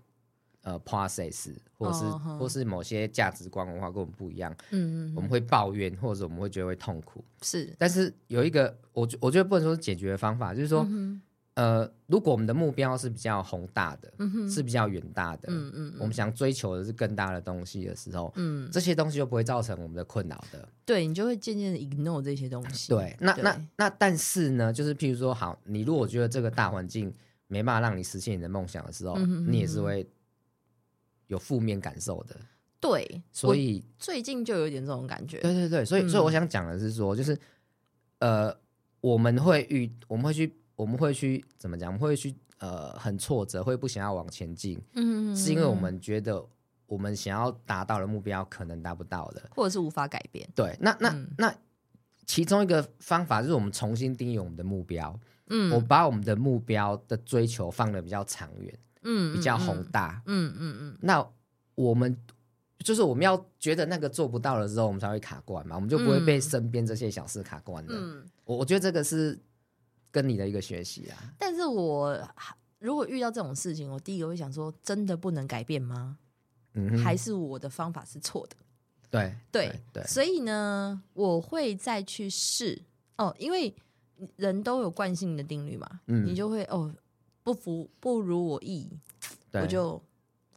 Speaker 2: 呃 process，或者是、
Speaker 1: 哦哼
Speaker 2: 或是某些价值观文化跟我们不一样，
Speaker 1: 嗯嗯
Speaker 2: 我
Speaker 1: 嗯，
Speaker 2: 们会抱怨，或者我们会觉得会痛苦。
Speaker 1: 是，
Speaker 2: 但是有一个，我觉我觉得不能说是解决的方法，就是说，
Speaker 1: 嗯
Speaker 2: 呃，如果我们的目标是比较宏大的，
Speaker 1: 嗯哼，
Speaker 2: 是比较远大的，
Speaker 1: 嗯嗯
Speaker 2: 我们想追求的是更大的东西的时候，
Speaker 1: 嗯，
Speaker 2: 这些东西就不会造成我们的困扰的。
Speaker 1: 对你就会渐渐的 ignore 这些东西，
Speaker 2: 对，那
Speaker 1: 对
Speaker 2: 那那，但是呢，就是譬如说，好，你如果觉得这个大环境没办法让你实现你的梦想的时候，
Speaker 1: 嗯哼嗯哼
Speaker 2: 你也是会有负面感受的。
Speaker 1: 对，
Speaker 2: 所以
Speaker 1: 我，最近就有点这种感觉，
Speaker 2: 对对对，所以、
Speaker 1: 嗯
Speaker 2: 所以我想讲的是说，就是呃，我们会遇，我们会去，我们会去怎么讲？我们会去呃，很挫折，会不想要往前进，
Speaker 1: 嗯，
Speaker 2: 是因为我们觉得我们想要达到的目标可能达不到的。
Speaker 1: 或者是无法改变，
Speaker 2: 对，那那、
Speaker 1: 嗯
Speaker 2: 那其中一个方法就是我们重新定义我们的目标。我
Speaker 1: 嗯，
Speaker 2: 把我们的目标的追求放的比较长远，
Speaker 1: 嗯，
Speaker 2: 比较
Speaker 1: 嗯
Speaker 2: 宏，大。
Speaker 1: 嗯嗯嗯
Speaker 2: 那我们就是我们要觉得那个做不到了之后，我们才会卡关嘛，我们就不会被
Speaker 1: 嗯
Speaker 2: 身边这些小事卡关的。
Speaker 1: 嗯。
Speaker 2: 我我觉得这个是跟你的一个学习啊，
Speaker 1: 但是我如果遇到这种事情，我第一个会想说，真的不能改变吗？
Speaker 2: 嗯哼，
Speaker 1: 还是我的方法是错的？
Speaker 2: 对
Speaker 1: 对
Speaker 2: 对，
Speaker 1: 所以呢，我会再去试哦，因为人都有惯性的定律嘛，
Speaker 2: 嗯
Speaker 1: 你就会哦，不服不如我意，
Speaker 2: 对
Speaker 1: 我就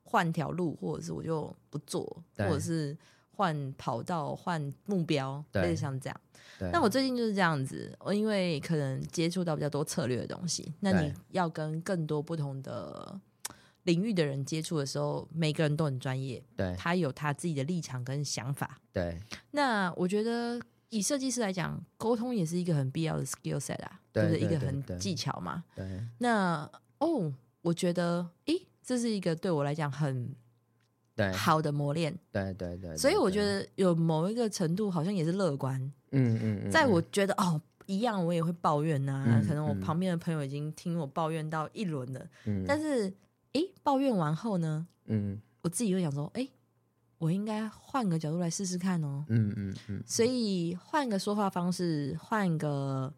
Speaker 1: 换条路，或者是我就不做，
Speaker 2: 对
Speaker 1: 或者是换跑道、换目标，
Speaker 2: 对
Speaker 1: 类似像这样。
Speaker 2: 对
Speaker 1: 那我最近就是这样子，我因为可能接触到比较多策略的东西，那
Speaker 2: 对
Speaker 1: 你要跟更多不同的领域的人接触的时候，每个人都很专业，
Speaker 2: 对
Speaker 1: 他有他自己的立场跟想法。
Speaker 2: 对
Speaker 1: 那我觉得以设计师来讲，沟通也是一个很必要的 skill set 啊，
Speaker 2: 对
Speaker 1: 就是一
Speaker 2: 对
Speaker 1: 个
Speaker 2: 对
Speaker 1: 很
Speaker 2: 对
Speaker 1: 技巧嘛。
Speaker 2: 对，
Speaker 1: 那哦，我觉得，诶，这是一个对我来讲很
Speaker 2: 对
Speaker 1: 好的磨练，
Speaker 2: 对对对，
Speaker 1: 所以
Speaker 2: 对
Speaker 1: 我觉，
Speaker 2: 对
Speaker 1: 得有某一个程度好像也是乐观。
Speaker 2: 嗯嗯嗯，
Speaker 1: 在
Speaker 2: 嗯
Speaker 1: 我觉得哦，一样我也会抱怨呐、
Speaker 2: 嗯
Speaker 1: 可能我
Speaker 2: 嗯
Speaker 1: 旁边的朋友已经听我抱怨到一轮了，
Speaker 2: 嗯
Speaker 1: 但是诶，抱怨完后呢，
Speaker 2: 嗯
Speaker 1: 我自己会想说，诶，我应该换个角度来试试看哦。
Speaker 2: 嗯嗯嗯，
Speaker 1: 所以换个说话方式，换个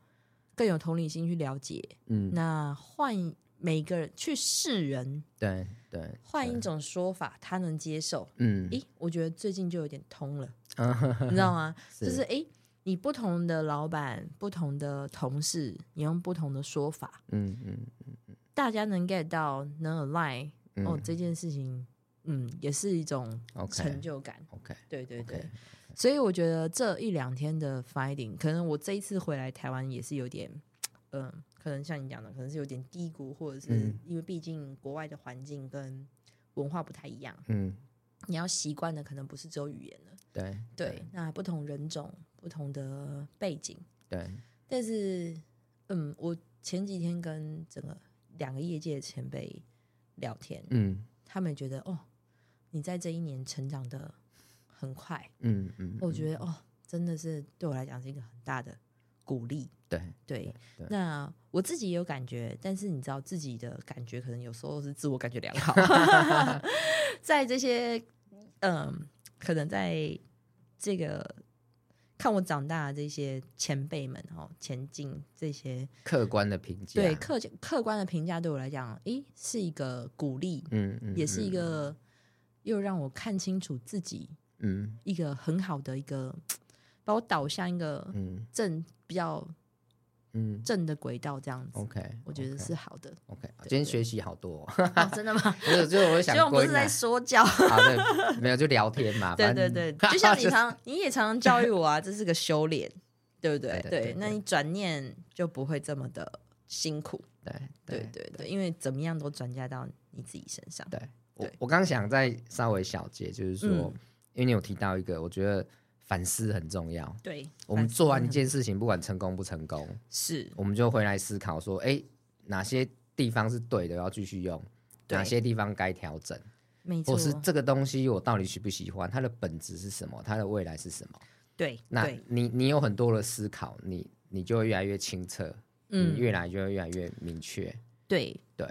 Speaker 1: 更有同理心去了解，
Speaker 2: 嗯
Speaker 1: 那换每个人去试人，
Speaker 2: 对对，
Speaker 1: 换
Speaker 2: 对
Speaker 1: 一种说法，他能接受。
Speaker 2: 嗯
Speaker 1: 诶，我觉得最近就有点通了，
Speaker 2: 啊哈哈
Speaker 1: 你知道吗？
Speaker 2: 是
Speaker 1: 就是诶，你不同的老板、不同的同事，你用不同的说法，
Speaker 2: 嗯嗯
Speaker 1: 大家能 get 到，能 align，、
Speaker 2: 嗯
Speaker 1: 哦，这件事情，嗯，也是一种
Speaker 2: OK
Speaker 1: 成就感。
Speaker 2: ，OK
Speaker 1: 对对对
Speaker 2: OK
Speaker 1: 所以我觉得这一两天的 finding，可能我这一次回来台湾也是有点，嗯、可能像你讲的，可能是有点低谷，或者是
Speaker 2: 嗯
Speaker 1: 因为毕竟国外的环境跟文化不太一样，
Speaker 2: 嗯
Speaker 1: 你要习惯的可能不是只有语言了，
Speaker 2: 对
Speaker 1: 对，那不同人种、不同的背景，
Speaker 2: 对
Speaker 1: 但是，嗯，我前几天跟整个两个业界的前辈聊天，
Speaker 2: 嗯
Speaker 1: 他们也觉得哦，你在这一年成长的很快，
Speaker 2: 嗯嗯，
Speaker 1: 我觉得哦，真的是对我来讲是一个很大的鼓励。
Speaker 2: 对
Speaker 1: 对，
Speaker 2: 对
Speaker 1: 那我自己也有感觉，但是你知道自己的感觉，可能有时候是自我感觉良
Speaker 2: [laughs]
Speaker 1: 好， [laughs] 在这些嗯、可能在这个看我长大的这些前辈们哦，前进这些
Speaker 2: 客观的评价，
Speaker 1: 对客客观的评价，对我来讲，诶，是一个鼓励，
Speaker 2: 嗯嗯，
Speaker 1: 也是一
Speaker 2: 嗯
Speaker 1: 个又让我看清楚自己
Speaker 2: 嗯
Speaker 1: 一个很好的一个把我导向一个
Speaker 2: 嗯
Speaker 1: 正比较
Speaker 2: 嗯
Speaker 1: 正的轨道，这样子，
Speaker 2: ，OK，
Speaker 1: 我觉得
Speaker 2: 哦 OK，
Speaker 1: 是好
Speaker 2: [laughs]
Speaker 1: 的。
Speaker 2: OK。
Speaker 1: 对
Speaker 2: 今天
Speaker 1: 对
Speaker 2: 学习好多 [laughs] 哦，
Speaker 1: 哦真的吗？
Speaker 2: 不是，就是我
Speaker 1: 所
Speaker 2: 想
Speaker 1: 以我们
Speaker 2: 过
Speaker 1: 不
Speaker 2: 一
Speaker 1: 是在
Speaker 2: 下
Speaker 1: 说
Speaker 2: [laughs]
Speaker 1: 教，
Speaker 2: 啊，对，没有就聊天
Speaker 1: [laughs]
Speaker 2: 嘛，
Speaker 1: 对
Speaker 2: 反
Speaker 1: 对
Speaker 2: 正
Speaker 1: 对，就
Speaker 2: [laughs]
Speaker 1: 像你常 [laughs] 你也常常教育我啊，这是个修炼，对不对？
Speaker 2: 对对对
Speaker 1: 那你转念就不会这么的辛苦，
Speaker 2: 对
Speaker 1: 对
Speaker 2: 对
Speaker 1: 对对，因为怎么样都转嫁到你自己身上。
Speaker 2: 对，我
Speaker 1: 对
Speaker 2: 我刚想再稍微小结，就是说，
Speaker 1: 嗯
Speaker 2: 因为你有提到一个，我觉得反思很重要。
Speaker 1: 对，
Speaker 2: 我们做完一
Speaker 1: 反
Speaker 2: 件事情，不管成功不成功，
Speaker 1: 思是
Speaker 2: 我们就回来思考说，哎，哪些地方是对的，要继续用。
Speaker 1: 对
Speaker 2: 哪些地方该调整，
Speaker 1: 没错
Speaker 2: 或，哦是这个东西我到底喜不喜欢？它的本质是什么？它的未来是什么？
Speaker 1: 对
Speaker 2: 那
Speaker 1: 对，
Speaker 2: 你你有很多的思考，你你就会越来越清澈，你
Speaker 1: 嗯，
Speaker 2: 越来就会越来越明确。
Speaker 1: 对，
Speaker 2: 对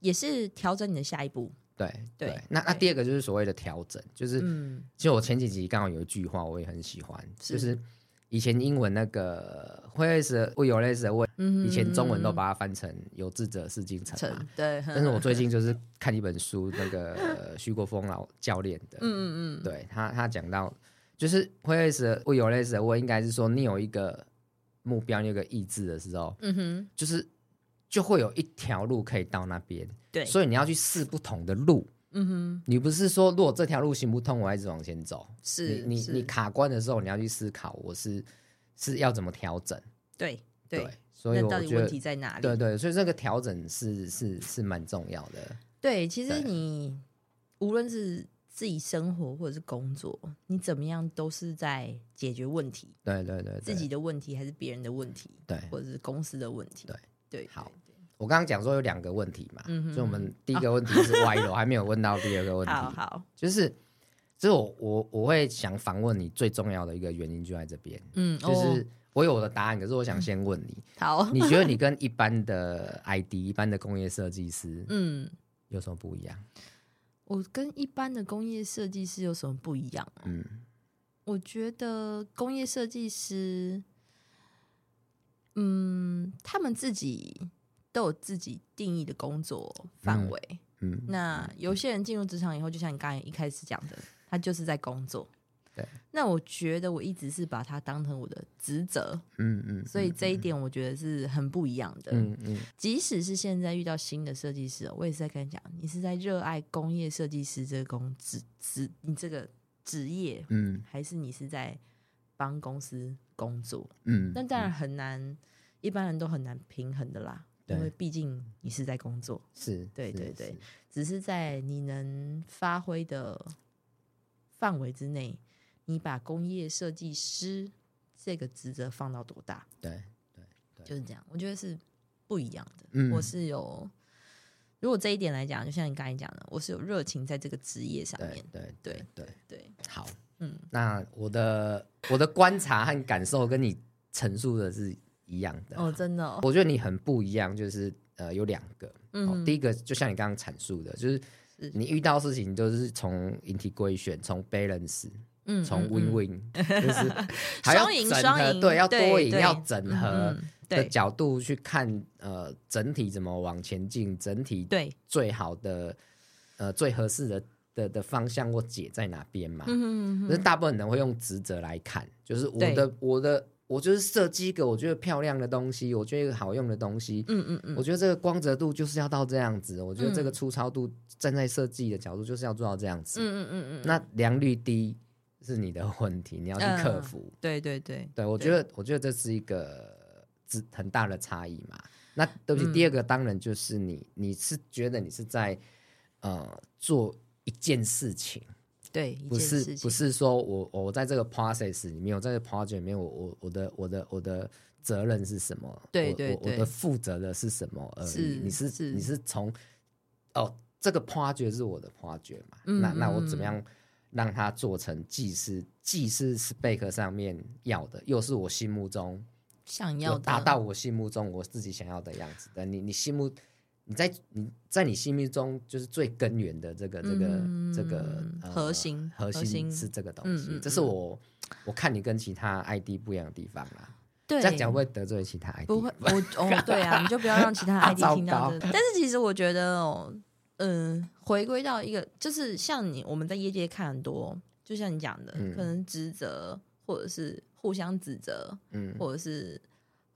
Speaker 1: 也是调整你的下一步。
Speaker 2: 对
Speaker 1: 对
Speaker 2: 那那
Speaker 1: 对
Speaker 2: 第二个就是所谓的调整，就是
Speaker 1: 嗯，
Speaker 2: 其实我前几集刚好有一句话我也很喜欢，
Speaker 1: 是
Speaker 2: 就是以前英文那个会类似会有类似的问，
Speaker 1: 嗯
Speaker 2: 以前中文都把它翻成有志者事竟成嘛。
Speaker 1: 成嗯对，
Speaker 2: 啊但是我最近就是看一本书，那个呃徐国峰老教练的，
Speaker 1: 嗯嗯嗯，
Speaker 2: 对他他讲到，就是会类似的会有类似的问，应该是说你有一个目标，你有个意志的时候，
Speaker 1: 嗯哼，
Speaker 2: 就是就会有一条路可以到那边，
Speaker 1: 嗯对，
Speaker 2: 所以你要去试不同的路。
Speaker 1: 嗯哼，
Speaker 2: 你不是说如果这条路行不通，我要一直往前走，
Speaker 1: 是
Speaker 2: 你你
Speaker 1: 是
Speaker 2: 你卡关的时候，你要去思考我是是要怎么调整。
Speaker 1: 对对，
Speaker 2: 所以
Speaker 1: 那
Speaker 2: 我
Speaker 1: 到底
Speaker 2: 觉
Speaker 1: 问题
Speaker 2: 得。
Speaker 1: 在哪里？
Speaker 2: 对对，所以这个调整是是是蛮重要的。
Speaker 1: 对其实
Speaker 2: 对
Speaker 1: 你无论是自己生活或者是工作，你怎么样都是在解决问题，
Speaker 2: 对对对对，
Speaker 1: 自己的问题还是别人的问题，
Speaker 2: 对
Speaker 1: 或者是公司的问题，
Speaker 2: 对
Speaker 1: 对，
Speaker 2: 好我刚刚讲说有两个问题嘛，
Speaker 1: 嗯哼
Speaker 2: 所以我们第一个问题是歪
Speaker 1: [laughs]
Speaker 2: 楼，还没有问到第二个问
Speaker 1: 对
Speaker 2: 题，
Speaker 1: 好好，
Speaker 2: 就是就是我我我会想访问你最重要的一个原因就在这边，
Speaker 1: 嗯，
Speaker 2: 就是我有我的答案，可是我想先问你，
Speaker 1: 哦、好，
Speaker 2: 你觉得你跟一般的 ID、一般的工业设计师
Speaker 1: 嗯，
Speaker 2: 有什么不一样？
Speaker 1: 我跟一般的工业设计师有什么不一样啊？
Speaker 2: 嗯，
Speaker 1: 我觉得工业设计师，嗯，他们自己都有自己定义的工作范围。
Speaker 2: 嗯，
Speaker 1: 那有些人进入职场以后，就像你刚才一开始讲的，他就是在工作。
Speaker 2: 对。
Speaker 1: 那我觉得我一直是把它当成我的职责，
Speaker 2: 嗯嗯，
Speaker 1: 所以呃这一点我觉得是很不一样的。
Speaker 2: 嗯嗯
Speaker 1: 即使是现在遇到新的设计师哦，我也是在跟你讲，你是在热爱工业设计师这个工职职，你这个职业，
Speaker 2: 嗯
Speaker 1: 还是你是在帮公司工作？
Speaker 2: 嗯，
Speaker 1: 那当然很难，一般人都很难平衡的啦，
Speaker 2: 对
Speaker 1: 因为毕竟你是在工作，
Speaker 2: 是，
Speaker 1: 对
Speaker 2: 是
Speaker 1: 对对，只是在你能发挥的范围之内，你把工业设计师这个职责放到多大？
Speaker 2: 对，
Speaker 1: 就是这样，我觉得是不一样的。
Speaker 2: 嗯
Speaker 1: 我是有，如果这一点来讲，就像你刚才讲的，我是有热情在这个职业上
Speaker 2: 对
Speaker 1: 面。
Speaker 2: 对
Speaker 1: 对
Speaker 2: 对，
Speaker 1: 对，
Speaker 2: 好，
Speaker 1: 嗯，
Speaker 2: 那我的我的观察和感受跟你陈述的是一样的。
Speaker 1: 哦，真的、哦，
Speaker 2: 啊我觉得你很不一样，就是呃有两个，
Speaker 1: 嗯
Speaker 2: 哦，第一个就像你刚刚阐述的，就是
Speaker 1: 是
Speaker 2: 你遇到事情就是从 integration，从 balance，
Speaker 1: 嗯
Speaker 2: 从
Speaker 1: 嗯嗯
Speaker 2: win
Speaker 1: [laughs]
Speaker 2: win，、就是还要
Speaker 1: 双赢
Speaker 2: 整合
Speaker 1: 双赢
Speaker 2: 对，要
Speaker 1: 对
Speaker 2: 多赢，
Speaker 1: 对
Speaker 2: 要整合
Speaker 1: 嗯嗯
Speaker 2: 的
Speaker 1: 对
Speaker 2: 角度去看，呃，整体怎么往前进，整体
Speaker 1: 对，
Speaker 2: 最好的呃最合适的的的方向或解在哪边嘛？
Speaker 1: 嗯嗯嗯
Speaker 2: 那、大部分人会用职责来看，就是我
Speaker 1: 对
Speaker 2: 的我的我就是设计一个我觉得漂亮的东西，我觉得好用的东西，
Speaker 1: 嗯嗯嗯
Speaker 2: 我觉得这个光泽度就是要到这样子，我觉得这个
Speaker 1: 嗯
Speaker 2: 粗糙度站在设计的角度就是要做到这样子。
Speaker 1: 嗯嗯嗯，
Speaker 2: 那良率低是你的问题，你要去克
Speaker 1: 嗯
Speaker 2: 服。
Speaker 1: 对对对，
Speaker 2: 对，我觉得我觉得这是一个之很大的差异嘛。那对不起，
Speaker 1: 嗯
Speaker 2: 第二个当然就是你，你是觉得你是在呃做一件事情，
Speaker 1: 对，一
Speaker 2: 不
Speaker 1: 件事
Speaker 2: 是
Speaker 1: 情
Speaker 2: 不是说我哦我在这个 process 里面，我在这个 project 里面，我我我的我的我的责任是什么？
Speaker 1: 对
Speaker 2: 我
Speaker 1: 对
Speaker 2: 我我的
Speaker 1: 对
Speaker 2: 负责的是什么而已。
Speaker 1: 是
Speaker 2: 你是
Speaker 1: 是
Speaker 2: 你是从哦这个 project 是我的 project 嘛？
Speaker 1: 嗯
Speaker 2: 那那我怎么
Speaker 1: 嗯
Speaker 2: 样让它做成既是既是 spec 上面要的，又是我心目中
Speaker 1: 想
Speaker 2: 有
Speaker 1: 要
Speaker 2: 达到我心目中我自己想要的样子的。你你心目你在你在你心目中就是最根源的这个这个、这个、
Speaker 1: 嗯
Speaker 2: 呃
Speaker 1: 核心
Speaker 2: 核
Speaker 1: 核
Speaker 2: 心
Speaker 1: 心
Speaker 2: 是这个东西，
Speaker 1: 嗯嗯
Speaker 2: 这是
Speaker 1: 嗯
Speaker 2: 我我看你跟其他 ID 不一样的地方啦。
Speaker 1: 对
Speaker 2: 这样讲会不会得罪其他 ID？
Speaker 1: 不会，我
Speaker 2: [laughs]
Speaker 1: 哦，对啊，你就不要让其他
Speaker 2: 啊
Speaker 1: ID
Speaker 2: 糟
Speaker 1: 听到
Speaker 2: 糕
Speaker 1: 这个。但是其实我觉得哦，嗯、回归到一个，就是像你我们在业界看很多，就像你讲的，
Speaker 2: 嗯
Speaker 1: 可能职责或者是互相指责，
Speaker 2: 嗯，
Speaker 1: 或者是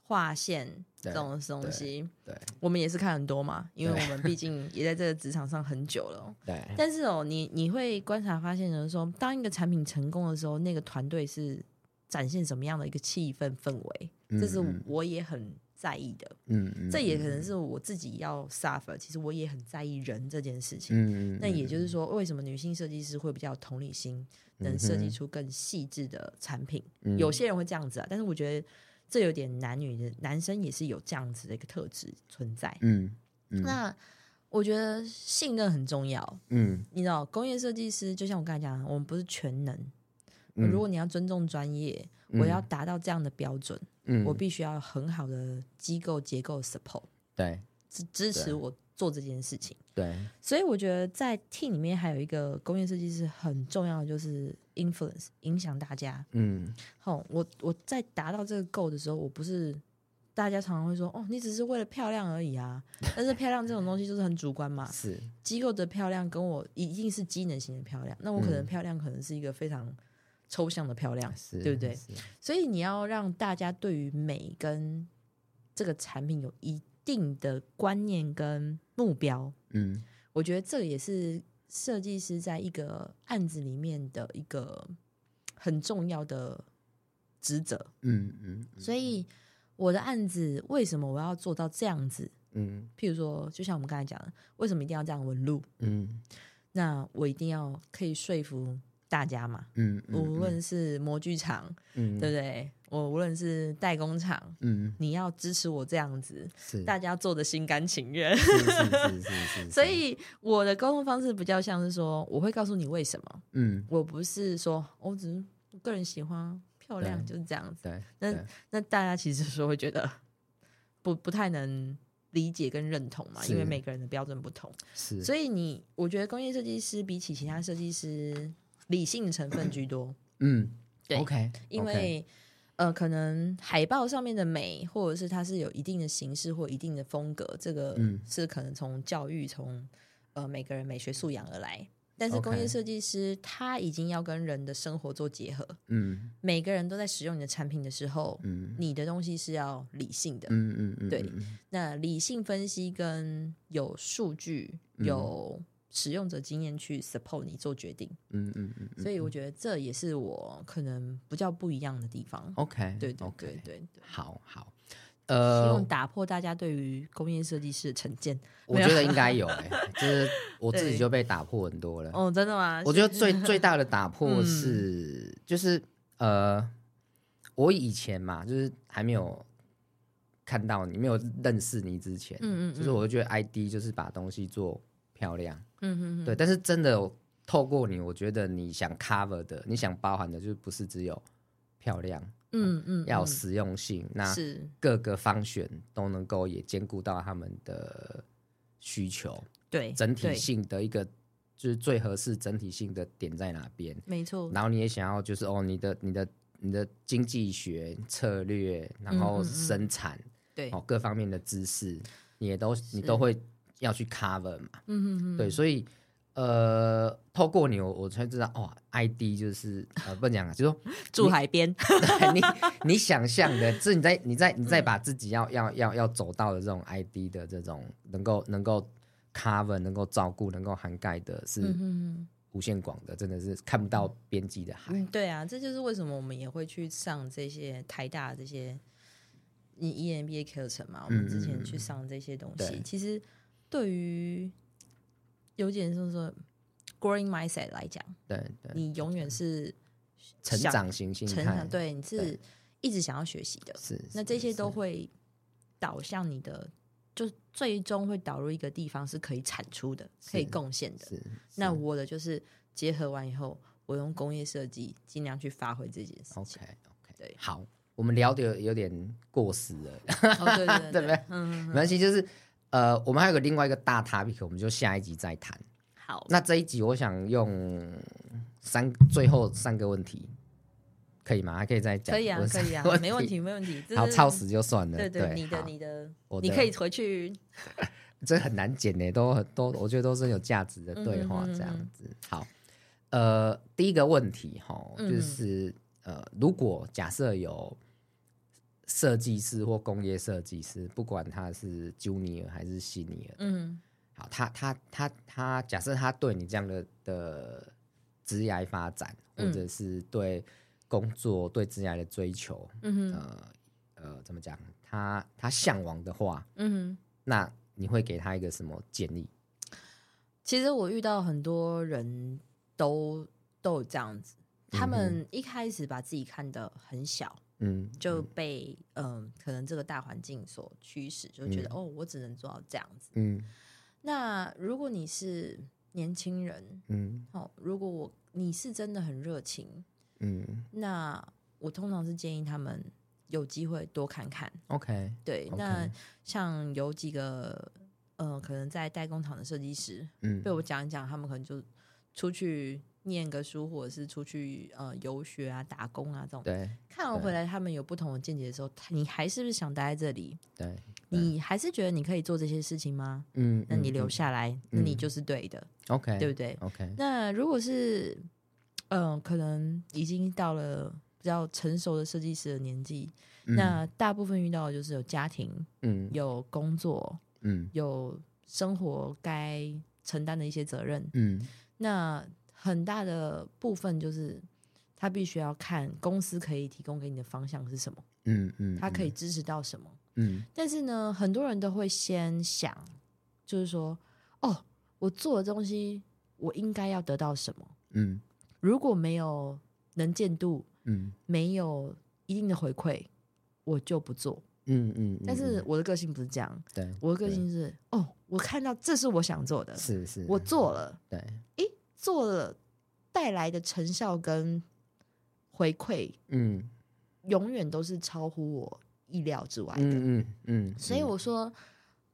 Speaker 1: 划线这
Speaker 2: 对
Speaker 1: 种东西，
Speaker 2: 对
Speaker 1: 我们也是看很多嘛，因为
Speaker 2: 对
Speaker 1: 我们毕竟也在这个职场上很久了哦。
Speaker 2: 对，
Speaker 1: 但是哦，你你会观察发现，就是说，当一个产品成功的时候，那个团队是展现什么样的一个气氛氛围，
Speaker 2: 嗯
Speaker 1: 这是
Speaker 2: 嗯
Speaker 1: 我也很在意的。
Speaker 2: 嗯嗯，
Speaker 1: 这也可
Speaker 2: 嗯
Speaker 1: 能是我自己要 suffer，其实我也很在意人这件事情。
Speaker 2: 嗯，嗯
Speaker 1: 那也就是说，为什么女性设计师会比较有同理心，能设计出更细致的产品？
Speaker 2: 嗯
Speaker 1: 有些人会这样子啊，但是我觉得这有点男女的，男生也是有这样子的一个特质存在。
Speaker 2: 嗯嗯
Speaker 1: 那我觉得信任很重要，
Speaker 2: 嗯
Speaker 1: 你知道，工业设计师就像我刚才讲的，我们不是全能。
Speaker 2: 嗯
Speaker 1: 如果你要尊重专业，我要达到这样的标准，
Speaker 2: 嗯，
Speaker 1: 我必须要有很好的机构结构 support
Speaker 2: 对
Speaker 1: 支支持
Speaker 2: 对
Speaker 1: 我做这件事情。
Speaker 2: 对
Speaker 1: 所以我觉得在 team 里面还有一个工业设计师很重要的就是 influence 影响大家。
Speaker 2: 嗯
Speaker 1: 好，我我在达到这个 goal 的时候，我不是大家常常会说哦，你只是为了漂亮而已啊。但是漂亮这种东西就是很主观嘛，
Speaker 2: 是
Speaker 1: 机构的漂亮跟我一定是机能型的漂亮，那我可能漂亮可能是一个非常抽象的漂亮，
Speaker 2: 是，
Speaker 1: 对不对？
Speaker 2: 是
Speaker 1: 所以你要让大家对于美跟这个产品有一定的观念跟目标，
Speaker 2: 嗯
Speaker 1: 我觉得这也是设计师在一个案子里面的一个很重要的职责。
Speaker 2: 嗯嗯
Speaker 1: 所以我的案子为什么我要做到这样子？
Speaker 2: 嗯
Speaker 1: 譬如说，就像我们刚才讲的，为什么一定要这样纹路？
Speaker 2: 嗯
Speaker 1: 那我一定要可以说服大家嘛，
Speaker 2: 嗯，
Speaker 1: 无论是模具厂，
Speaker 2: 嗯
Speaker 1: 对不对？我无论是代工厂，
Speaker 2: 嗯
Speaker 1: 你要支持我这样子，
Speaker 2: 是
Speaker 1: [laughs] 大家做的心甘情愿。 [laughs]
Speaker 2: 是是是是是，
Speaker 1: 所以我的沟通方式比较像是说，我会告诉你为什么，
Speaker 2: 嗯，
Speaker 1: 我不是说哦我只是我个人喜欢漂亮
Speaker 2: 对
Speaker 1: 就是这样子。
Speaker 2: 对，
Speaker 1: 那
Speaker 2: 对
Speaker 1: [laughs] 那大家其实说会觉得不不太能理解跟认同嘛，
Speaker 2: 是
Speaker 1: 因为每个人的标准不同，
Speaker 2: 是，
Speaker 1: 所以你我觉得工业设计师比起其他设计师，理性成分居多，
Speaker 2: 嗯，
Speaker 1: 对
Speaker 2: o k
Speaker 1: 因为呃，可能海报上面的美，或者是它是有一定的形式或一定的风格，这个
Speaker 2: 嗯
Speaker 1: 是可能从教育从呃每个人美学素养而来。但是
Speaker 2: OK
Speaker 1: 工业设计师他已经要跟人的生活做结合，
Speaker 2: 嗯
Speaker 1: 每个人都在使用你的产品的时候，
Speaker 2: 嗯
Speaker 1: 你的东西是要理性的。
Speaker 2: 嗯嗯嗯，
Speaker 1: 对
Speaker 2: 嗯，嗯
Speaker 1: 那理性分析跟有数据、
Speaker 2: 嗯
Speaker 1: 有使用者经验去 support 你做决定，
Speaker 2: 嗯嗯嗯嗯
Speaker 1: 所以我觉得这也是我可能比较不一样的地方。
Speaker 2: 哦，OK，
Speaker 1: 对对
Speaker 2: o k
Speaker 1: 对对对，
Speaker 2: 好好，
Speaker 1: 希望
Speaker 2: 呃，
Speaker 1: 打破大家对于工业设计师的成见。
Speaker 2: 我
Speaker 1: 没有
Speaker 2: 觉得应该
Speaker 1: [laughs]
Speaker 2: 有、欸，就是我自己
Speaker 1: 对
Speaker 2: 就被打破很多了。
Speaker 1: 哦，真的吗？
Speaker 2: 我觉得最最大的打破
Speaker 1: 嗯
Speaker 2: 是，就是呃，我以前嘛，就是还没有看到你，没有认识你之前，
Speaker 1: 嗯嗯嗯
Speaker 2: 就是我就觉得 ID 就是把东西做漂亮，
Speaker 1: [laughs] 嗯嗯嗯，
Speaker 2: 对。但是真的有透过你，我觉得你想 cover 的，你想包含的，就是不是只有漂亮，
Speaker 1: 嗯嗯，
Speaker 2: 要有
Speaker 1: 嗯
Speaker 2: 啊实用性，那
Speaker 1: 是，
Speaker 2: 各个方选都能够也兼顾到他们的需求，
Speaker 1: 对，
Speaker 2: 整体
Speaker 1: 对，
Speaker 2: 性的一个。就是最合适整体性的点在哪边？
Speaker 1: 没错，
Speaker 2: 然后你也想要就是哦，你的你的你的经济学策略，然后
Speaker 1: 嗯嗯
Speaker 2: 生产、
Speaker 1: 对，
Speaker 2: 哦各方面的知识，你也都你都会要去 cover 嘛，
Speaker 1: 嗯嗯嗯，
Speaker 2: 对，所以呃，透过你我我才知道哦，ID 就是呃不能讲啊，就是说
Speaker 1: 住海边，
Speaker 2: [laughs] 你你想象的，这你在你在你
Speaker 1: 嗯
Speaker 2: 在把自己要要要要走到的这种 ID 的这种能够能够 cover 能够照顾能够涵盖的是
Speaker 1: 嗯嗯
Speaker 2: 无限广的，真的是看不到边际的海。
Speaker 1: 嗯，对啊，这就是为什么我们也会去上这些台大这些你 E EMBA 课程嘛，我
Speaker 2: 嗯
Speaker 1: 们
Speaker 2: 嗯
Speaker 1: 之前
Speaker 2: 嗯
Speaker 1: 去上这些东西，
Speaker 2: 对
Speaker 1: 其实对于有点就是说 growing mindset 来讲，
Speaker 2: 对对，
Speaker 1: 你永远是
Speaker 2: 成
Speaker 1: 想
Speaker 2: 长型心
Speaker 1: 成
Speaker 2: 态
Speaker 1: 长，，对，你是一直想要学习的，
Speaker 2: 是，是
Speaker 1: 那这些都
Speaker 2: 是
Speaker 1: 会导向你的，就最终会导入一个地方是可以产出的，可以
Speaker 2: 是
Speaker 1: 贡献的。
Speaker 2: 是
Speaker 1: 那
Speaker 2: 是
Speaker 1: 我的就是结合完以后，我用工业设计尽量去发挥这件事
Speaker 2: OK
Speaker 1: 情。
Speaker 2: OK
Speaker 1: 对
Speaker 2: 好，我们聊的有有点过时了，
Speaker 1: [laughs] 哦，对对
Speaker 2: 对不对
Speaker 1: 嗯，
Speaker 2: [laughs] 没关系，就是呃，我们还有个另外一个大 topic，我们就下一集再谈。
Speaker 1: 好，
Speaker 2: 那这一集我想用三最后三个问题，可以吗？还可以再讲，
Speaker 1: 可以啊
Speaker 2: [laughs] 我，
Speaker 1: 可以啊
Speaker 2: 三个，
Speaker 1: 没问题，。没问题。这
Speaker 2: 好，
Speaker 1: 是
Speaker 2: 超。时就算了。
Speaker 1: 对
Speaker 2: 对，
Speaker 1: 你的
Speaker 2: 好
Speaker 1: 你的
Speaker 2: 我，
Speaker 1: 你
Speaker 2: 的
Speaker 1: 可以回去。
Speaker 2: 这很难剪呢，都都，我觉得都是有价值的对话，
Speaker 1: 嗯嗯嗯嗯
Speaker 2: 这样子。好，呃，第一个问题哈，
Speaker 1: 嗯
Speaker 2: 就是、呃，如果假设有设计师或工业设计师，不管他是 junior 还是 senior，
Speaker 1: 嗯
Speaker 2: 好，他他他他，假设他对你这样的的职业发展，
Speaker 1: 嗯
Speaker 2: 或者是对工作、对职业的追求，
Speaker 1: 嗯哼
Speaker 2: 呃呃，怎么讲？他他向往的话，
Speaker 1: 嗯哼。
Speaker 2: 那你会给他一个什么建议？
Speaker 1: 其实我遇到很多人都都有这样子，他们一开始把自己看得很小，
Speaker 2: 嗯，
Speaker 1: 就被嗯、可能这个大环境所驱使，就觉得、
Speaker 2: 嗯
Speaker 1: 哦，我只能做到这样子。
Speaker 2: 嗯
Speaker 1: 那如果你是年轻人，
Speaker 2: 嗯
Speaker 1: 哦，如果我你是真的很热情，
Speaker 2: 嗯
Speaker 1: 那我通常是建议他们有机会多看看。
Speaker 2: ，OK，
Speaker 1: 对
Speaker 2: OK
Speaker 1: 那像有几个呃，可能在代工厂的设计师，
Speaker 2: 嗯
Speaker 1: 被我讲一讲，他们可能就出去念个书，或者是出去呃游学啊、打工啊这种。
Speaker 2: 对
Speaker 1: 看完回来，他们有不同的见解的时候，他你还是不是想待在这里？
Speaker 2: 对，对
Speaker 1: 你还是觉得你可以做这些事情吗？
Speaker 2: 嗯，
Speaker 1: 那你
Speaker 2: 嗯
Speaker 1: 留
Speaker 2: 嗯
Speaker 1: 下来，那你就是对的，
Speaker 2: OK，
Speaker 1: 对不对？
Speaker 2: ？OK，
Speaker 1: 那如果是嗯、呃可能已经到了比较成熟的设计师的年纪，
Speaker 2: 嗯
Speaker 1: 那大部分遇到的就是有家庭、
Speaker 2: 嗯
Speaker 1: 有工作、
Speaker 2: 嗯
Speaker 1: 有生活该承担的一些责任。
Speaker 2: 嗯
Speaker 1: 那很大的部分就是他必须要看公司可以提供给你的方向是什么，
Speaker 2: 嗯嗯，
Speaker 1: 他可以支持到什么。
Speaker 2: 嗯
Speaker 1: 但是呢，很多人都会先想，就是说，哦，我做的东西我应该要得到什么？
Speaker 2: 嗯
Speaker 1: 如果没有能见度，
Speaker 2: 嗯
Speaker 1: 没有一定的回馈，我就不做。
Speaker 2: 嗯嗯，
Speaker 1: 但是
Speaker 2: 嗯
Speaker 1: 我的个性不是这样，
Speaker 2: 对，
Speaker 1: 我的个
Speaker 2: 对
Speaker 1: 性是，哦，我看到这是我想做的，
Speaker 2: 是是，
Speaker 1: 我做了。
Speaker 2: 对
Speaker 1: 做了带来的成效跟回馈，
Speaker 2: 嗯。
Speaker 1: 永远都是超乎我意料之外的。
Speaker 2: 嗯嗯嗯，
Speaker 1: 所以
Speaker 2: 嗯
Speaker 1: 我说，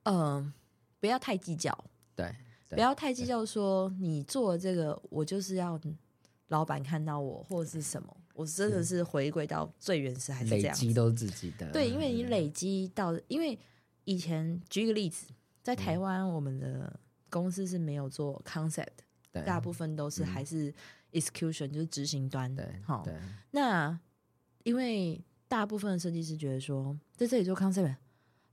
Speaker 1: 嗯、不要太计较，
Speaker 2: 对，对
Speaker 1: 不要太计较说你做了这个，我就是要老板看到我或者是什么，我真的是回归到最原始还是这
Speaker 2: 累
Speaker 1: 样
Speaker 2: 积
Speaker 1: 子。
Speaker 2: 都是嗯自己的。
Speaker 1: 对，因为你累积到，因为以前举一个例子，在
Speaker 2: 嗯
Speaker 1: 台湾我们的公司是没有做 concept，
Speaker 2: 对
Speaker 1: 大部分都是
Speaker 2: 嗯
Speaker 1: 还是 execution，、就是执行端
Speaker 2: 对
Speaker 1: 好，
Speaker 2: 对
Speaker 1: 那因为大部分的设计师觉得说，在这里做 concept，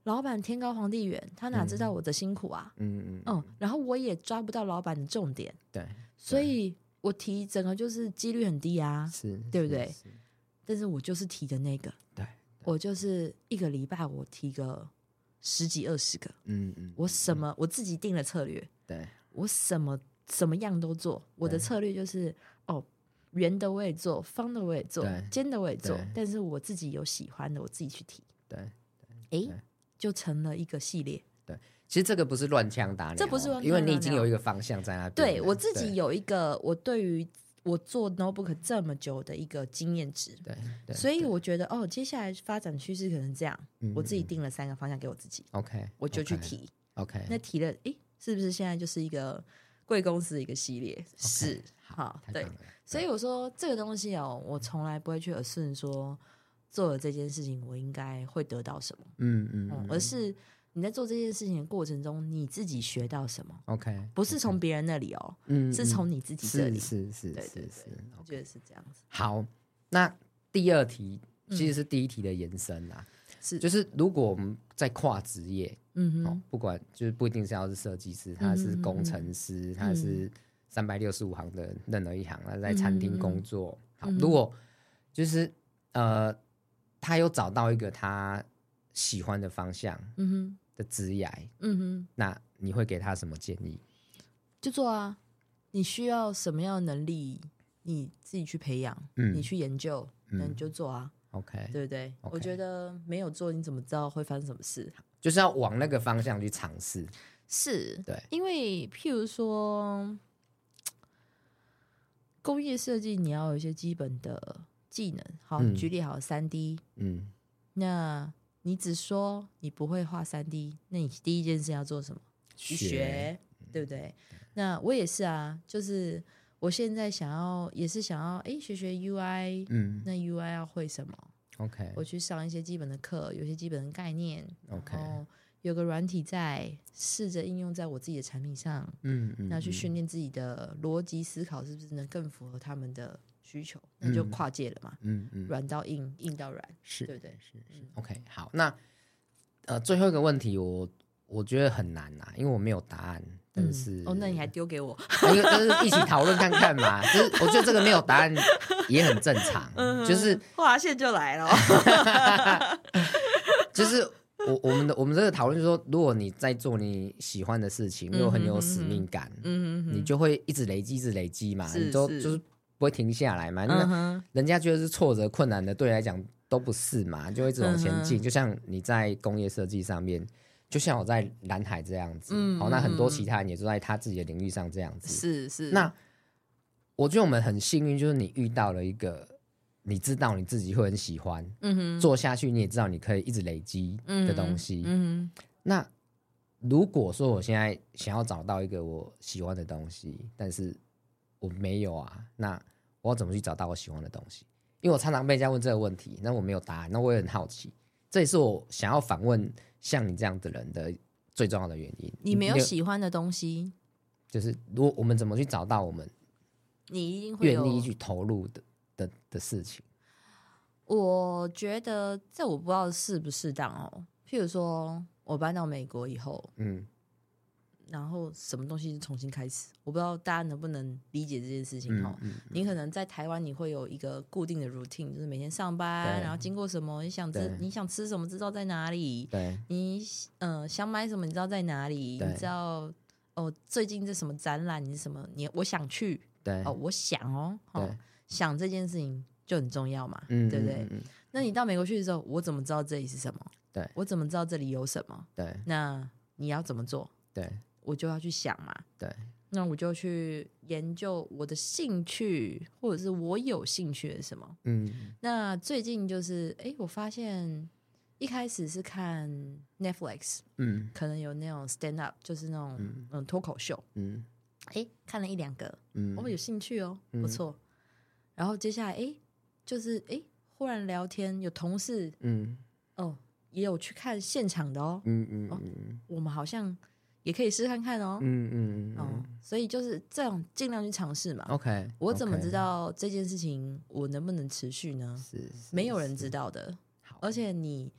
Speaker 1: 老板天高皇帝远，他哪知道我的辛苦啊？
Speaker 2: 嗯嗯
Speaker 1: 嗯，然后我也抓不到老板的重点，
Speaker 2: 对，
Speaker 1: 所以我提整个就是几率很低啊。
Speaker 2: 是，
Speaker 1: 对不
Speaker 2: 是
Speaker 1: 对？
Speaker 2: 是
Speaker 1: 但是我就是提的那个，
Speaker 2: 对，
Speaker 1: 我就是一个礼拜我提个十几二十个，
Speaker 2: 嗯嗯，
Speaker 1: 我什么我自己定了策略，
Speaker 2: 对
Speaker 1: 我什么什么样都做，我的
Speaker 2: 对
Speaker 1: 策略就是哦。圆的我也做，方的我也做
Speaker 2: 对，
Speaker 1: 尖的我也做
Speaker 2: 对，
Speaker 1: 但是我自己有喜欢的，我自己去提。
Speaker 2: 对。
Speaker 1: 诶，
Speaker 2: 嗯对
Speaker 1: 就成了一个系列。
Speaker 2: 其实这个不是乱枪打鸟哦，
Speaker 1: 这不是乱
Speaker 2: 因为
Speaker 1: 枪
Speaker 2: 你
Speaker 1: 打
Speaker 2: 已经
Speaker 1: 鸟
Speaker 2: 有一个方向在那边了。
Speaker 1: 对我自己
Speaker 2: 有
Speaker 1: 有一个，我对于我做 notebook 这么久的一个经验值，
Speaker 2: 对，对
Speaker 1: 所以我觉得哦，接下来发展趋势可能这样。
Speaker 2: 嗯
Speaker 1: 我自己
Speaker 2: 嗯
Speaker 1: 定了三个方向给我自己，
Speaker 2: OK，
Speaker 1: 我就去
Speaker 2: OK，
Speaker 1: 提。
Speaker 2: OK，
Speaker 1: 那提了，诶，是不是现在就是一个贵公司的一个系列？是，好，
Speaker 2: 太
Speaker 1: 对
Speaker 2: 棒。了
Speaker 1: 所以我说这个东西哦，我从来不会去 assume 说做了这件事情我应该会得到什么，
Speaker 2: 嗯嗯
Speaker 1: 嗯
Speaker 2: 嗯，
Speaker 1: 而是你在做这件事情的过程中，你自己学到什么。
Speaker 2: ，OK，
Speaker 1: 不是从别人那里哦，
Speaker 2: 嗯，
Speaker 1: 是
Speaker 2: 嗯
Speaker 1: 从你自己这里。
Speaker 2: 是是是
Speaker 1: 对对
Speaker 2: 是
Speaker 1: 对
Speaker 2: 是，
Speaker 1: 我觉得是这样子。
Speaker 2: 好，那第二题
Speaker 1: 嗯
Speaker 2: 其实是第一题的延伸啦，
Speaker 1: 是
Speaker 2: 就是如果我们在跨职业，
Speaker 1: 嗯
Speaker 2: 哦
Speaker 1: 哼，，
Speaker 2: 不管就是不一定是要是设计师，他
Speaker 1: 嗯
Speaker 2: 是工程师，他是三百六十五行的任何一行，
Speaker 1: 嗯
Speaker 2: 他在餐厅工作，好，如果就是呃，他有找到一个他喜欢的方向
Speaker 1: 嗯哼，
Speaker 2: 的职业，
Speaker 1: 嗯哼，
Speaker 2: 那你会给他什么建议？
Speaker 1: 就做啊。你需要什么样的能力，你自己去培养，
Speaker 2: 嗯
Speaker 1: 你去研究，那你
Speaker 2: 嗯
Speaker 1: 就做啊，
Speaker 2: OK，
Speaker 1: 对不对？
Speaker 2: OK
Speaker 1: 我觉得没有做，你怎么知道会发生什么事？
Speaker 2: 就是要往那个方向去尝试。
Speaker 1: 是
Speaker 2: 对
Speaker 1: 因为譬如说，工业设计你要有一些基本的技能。好，
Speaker 2: 嗯
Speaker 1: 举例好，三 D，
Speaker 2: 嗯，
Speaker 1: 那你只说你不会画三 D，那你第一件事要做什么？去学，
Speaker 2: 嗯
Speaker 1: 对不对？那我也是啊，就是我现在想要，也是想要，诶，学学 UI，
Speaker 2: 嗯
Speaker 1: 那 UI 要会什么？
Speaker 2: ，OK
Speaker 1: 我去上一些基本的课，有些基本的概念，
Speaker 2: OK，
Speaker 1: 然后有个软体在，试着应用在我自己的产品上，
Speaker 2: 嗯嗯，
Speaker 1: 那去
Speaker 2: 嗯
Speaker 1: 训练自己的逻辑思考，是不是能更符合他们的需求？那就
Speaker 2: 嗯
Speaker 1: 跨界了嘛，
Speaker 2: 嗯嗯
Speaker 1: 软到硬，硬到软，
Speaker 2: 是
Speaker 1: 对不嗯对？
Speaker 2: 是是 OK 好，那呃最后一个问题我我觉得很难呐、因为我没有答案，但
Speaker 1: 嗯
Speaker 2: 是、
Speaker 1: 哦，那
Speaker 2: [laughs]
Speaker 1: 你还丢给我，
Speaker 2: 因为就是一起讨论看看嘛，就是我觉得这个没有答案也很正
Speaker 1: [laughs]
Speaker 2: 常，
Speaker 1: 嗯
Speaker 2: 就是
Speaker 1: 划线就来
Speaker 2: [laughs]
Speaker 1: 了。
Speaker 2: 就是我我们的我们这个讨论就是说，如果你在做你喜欢的事情，又很有使命感，
Speaker 1: 嗯
Speaker 2: 你就会一直累积，一直累积嘛，
Speaker 1: 是
Speaker 2: 你都
Speaker 1: 是
Speaker 2: 就是不会停下来嘛。
Speaker 1: 嗯
Speaker 2: 那
Speaker 1: 哼，
Speaker 2: 人家觉得是挫折、困难的，对你来讲都不是嘛，就会一直往前
Speaker 1: 嗯
Speaker 2: 进。就像你在工业设计上面，就像我在蓝海这样子，
Speaker 1: 嗯
Speaker 2: 好，那很多其他人也都在他自己的领域上这样子。
Speaker 1: 是是。
Speaker 2: 那我觉得我们很幸运，就是你遇到了一个你知道你自己会很喜欢，
Speaker 1: 嗯哼，
Speaker 2: 做下去你也知道你可以一直累积
Speaker 1: 嗯
Speaker 2: 的东西。
Speaker 1: 嗯哼，
Speaker 2: 那如果说我现在想要找到一个我喜欢的东西，但是我没有啊，那我要怎么去找到我喜欢的东西？因为我常常被人家问这个问题，那我没有答案，那我也很好奇，这也是我想要反问像你这样的人的最重要的原因。
Speaker 1: 你没有，喜欢的东西，
Speaker 2: 就是如果我们怎么去找到我们
Speaker 1: 你一定会
Speaker 2: 愿
Speaker 1: 有。
Speaker 2: 意去投入的的的事情？
Speaker 1: 我觉得这我不知道适不适当哦。譬如说，我搬到美国以后，
Speaker 2: 嗯
Speaker 1: 然后什么东西就重新开始，我不知道大家能不能理解这件事情哦
Speaker 2: 嗯。嗯，
Speaker 1: 你可能在台湾，你会有一个固定的 routine，就是每天上
Speaker 2: 对
Speaker 1: 班，然后经过什么，你想吃
Speaker 2: 对
Speaker 1: 你想吃什么，知道在哪里，
Speaker 2: 对
Speaker 1: 你呃想买什么，你知道在哪里，
Speaker 2: 对
Speaker 1: 你知道哦最近这什么展览，你是什么你我想去
Speaker 2: 对
Speaker 1: 哦，我想哦，哦
Speaker 2: 对
Speaker 1: 想这件事情就很重要嘛，
Speaker 2: 嗯，
Speaker 1: 对不对？
Speaker 2: 嗯？嗯嗯
Speaker 1: 那你到美国去的时候，我怎么知道这里是什么？
Speaker 2: 对
Speaker 1: 我怎么知道这里有什么？
Speaker 2: 对
Speaker 1: 那你要怎么做？
Speaker 2: 对
Speaker 1: 我就要去想嘛。
Speaker 2: 对，
Speaker 1: 那我就去研究我的兴趣，或者是我有兴趣的什么。
Speaker 2: 嗯
Speaker 1: 那最近就是，哎，我发现一开始是看 Netflix，
Speaker 2: 嗯
Speaker 1: 可能有那种 stand up，就是那种
Speaker 2: 嗯
Speaker 1: 嗯脱口秀，
Speaker 2: 嗯
Speaker 1: 诶，看了一两个，
Speaker 2: 嗯，
Speaker 1: 哦，有兴趣哦，
Speaker 2: 嗯
Speaker 1: 不错。然后接下来，诶，就是诶，忽然聊天，有同事
Speaker 2: 嗯
Speaker 1: 哦，也有去看现场的哦，
Speaker 2: 嗯嗯
Speaker 1: 哦
Speaker 2: 嗯
Speaker 1: 我们好像也可以试看看哦，
Speaker 2: 嗯嗯
Speaker 1: 哦
Speaker 2: 嗯，哦
Speaker 1: 所以就是这样，尽量去尝试嘛。
Speaker 2: ，OK，
Speaker 1: 我怎么
Speaker 2: OK，
Speaker 1: 知道这件事情我能不能持续呢？
Speaker 2: 是是
Speaker 1: 没有人
Speaker 2: 是
Speaker 1: 知道的。
Speaker 2: 好
Speaker 1: 而且你